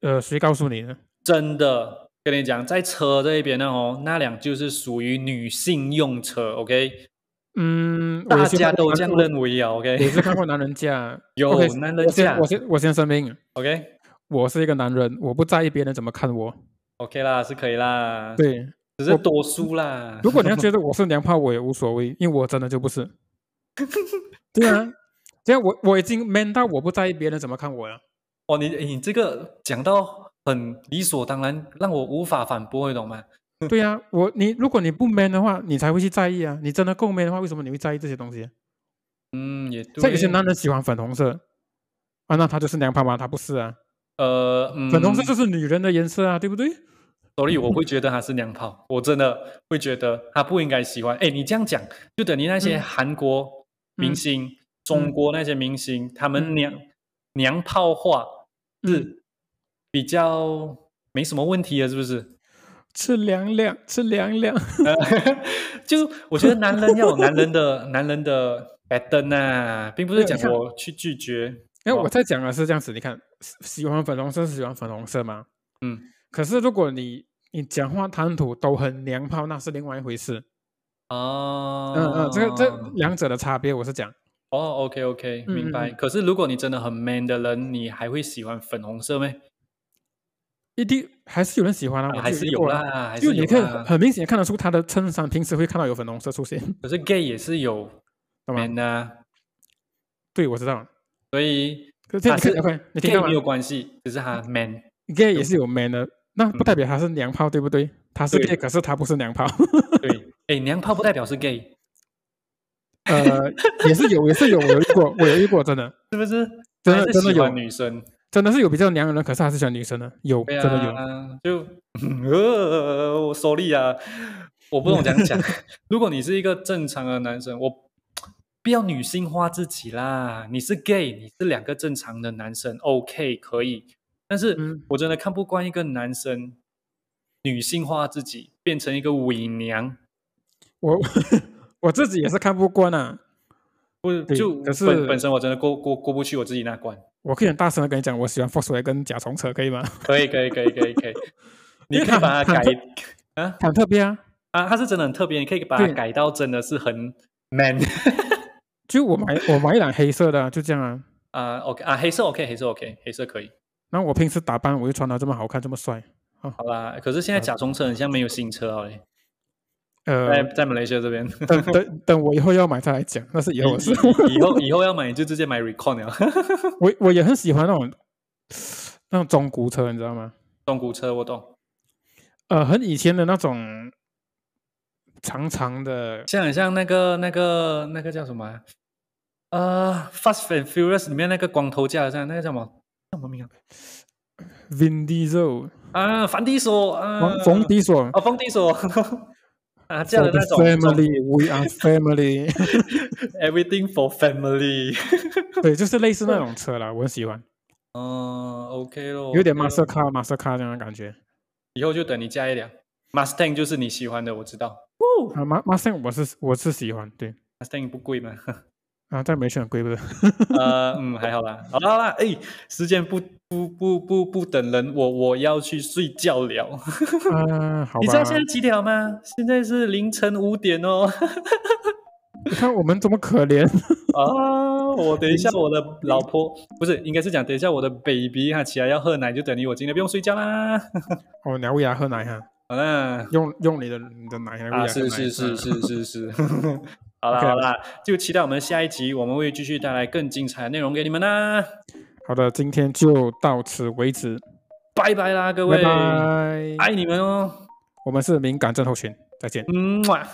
呃，谁告诉你呢？
真的跟你讲，在车这一边呢哦，那辆就是属于女性用车，OK，
嗯，我
大
也是
家
看过
都
男
这样
我
认为啊
也
，OK
是看过男人嫁，
有
OK，
男
我
人
先
架
我先我先声明，
OK
我是一个男人，我不在意别人怎么看我。
OK 啦，是可以啦，
对，
只是多数啦。
如果你要觉得我是娘炮，我也无所谓，因为我真的就不 是。对啊，这样我我已经 man 到我不在意别人怎么看我 了。
哦，你你这个讲到很理所当然，让我无法反驳，你懂吗？
对啊，我你如果你不 man 的话，你才会去在意啊。你真的够 man 的话，为什么你会在意这些东西？啊
嗯，也对。
像有些男人喜欢粉红色啊，那他就是娘炮吗？他不是啊，
呃，
粉红色
嗯
就是女人的颜色啊，对不对？
所
嗯
以我会觉得他是娘炮，我真的会觉得他不应该喜欢。哎，你这样讲，就等于那些
嗯
韩国明
嗯
星、中
嗯
国那些明星，他们
嗯
娘、娘炮化
嗯
是比较没什么问题的，是不是？
吃凉凉，吃凉凉。
呃就我觉得男人要有男 人的男人的 b a t t e n 啊，并不是
对
讲
像
我去拒绝。
因为
哇
我在讲的是这样子，你看，喜喜欢粉红色是喜欢粉红色嘛？
嗯，
可是如果你你讲话谈吐都很娘炮，那是另外一回事。
哦，
嗯嗯，这个这两者的差别，我是讲，
哦，OK OK，明白。
嗯嗯
可是如果你真的很 man 的人，你还会喜欢粉红色咩？
一定还是有人喜欢啊，我
还
就是遇
有
过啊。
啦，还
就是你
有
可以很
啦。
很明显看得出他的衬衫平时会看到有粉红色出现，
可是 gay 也是有
懂吗？
man 啊，
对，我知道。
所以
可是这样你看
啊是
你看，你
gay
听到吗
没有关系，只 是他 man。
？gay 也是有 man 的，那不
嗯
代表他是娘炮，对不对？他是
对
gay，可是他不是娘炮。
对，哎，娘炮不代表是 gay，
呃，也是有，也是有，我有遇过，我有遇过，真的，
是不是？
真
还
的
是
真的
喜欢
有
女生，
真的是有比较娘的人，可是还是喜欢女生的，有，
对
真的有。
啊，就呃，我 sorry 啊，我不懂 怎样讲。如果你是一个正常的男生，我不要女性化自己啦。你是 gay，你是两个正常的男生，OK 可以。但是
嗯
我真的看不惯一个男生女性化自己，变成一个伪娘。
我 我自己也是看不惯啊。
不
对
就
可是
本本身我真的过过过不去我自己那关。
我可以很大声的跟你讲，我喜欢 Volkswagen 甲虫车，可以吗？
可以可以可以可以可以，你
因为
可以
他
把它
他
改
特
啊
很特别啊。
啊，它是真的很特别，你可以把它
对
改到真的是很 man。
就我买我买一辆黑色的啊、就这样啊。
啊、o k 啊，黑色 OK，黑色 OK，黑色可以。
然后我平时打扮，我又穿的这么好看，这么帅，
好啦，可是现在甲虫车很像没有新车
嗯
哦，在
呃，
在马来西亚这边，
等等等，我以后要买再来讲，那是以后的事。
以后以后要买就直接买 Recon 了。
我我也很喜欢那种那种中古车，你知道吗？
中古车我懂，
呃，很以前的那种长长的，
像很像那个那个那个叫什么啊、呃，《Fast and Furious》里面那个光头架上那个叫什么？叫什么名啊？
Vin Diesel，
啊，凡迪索啊，
冯冯迪索
哦，冯迪索 啊，这样
For
的
the
那种中
family，we are family，
Everything for Family
对，就是类似那种车啦，我很喜欢，
嗯。OK 咯，
有点
OK 咯
Master Car Master Car 这样的感觉。
以后就等你加一辆 Mustang，就是你喜欢的，我知道。
啊，Ma Master 我是我是喜欢，对
Mustang 不贵嘛，
啊，但没选很贵不是？
呃，嗯，还好啦，好啦，好啦，哎，时间不不不不不等人，我我要去睡觉了。
啊，好吧。
你知道现在几点了吗？现在是凌晨五 点哦。
你看我们这么可怜，
啊，我等一下我的老婆不是，应该是讲等一下我的 baby 她起来要喝奶，就等于我今天不用睡觉啦。
哦，鸟喂它喝奶哈。
好啦，
用用你的你的奶来喂
啊，
牙
是
跟奶
是是
嗯
是是 是，好啦
OK
好啦，就期待我们下一集，我们会继续带来更精彩的内容给你们啦，
好的，今天就到此为止，
拜拜啦，各位，
拜拜。
爱你们哦，
我们是敏感症候群，再见。
嗯哇。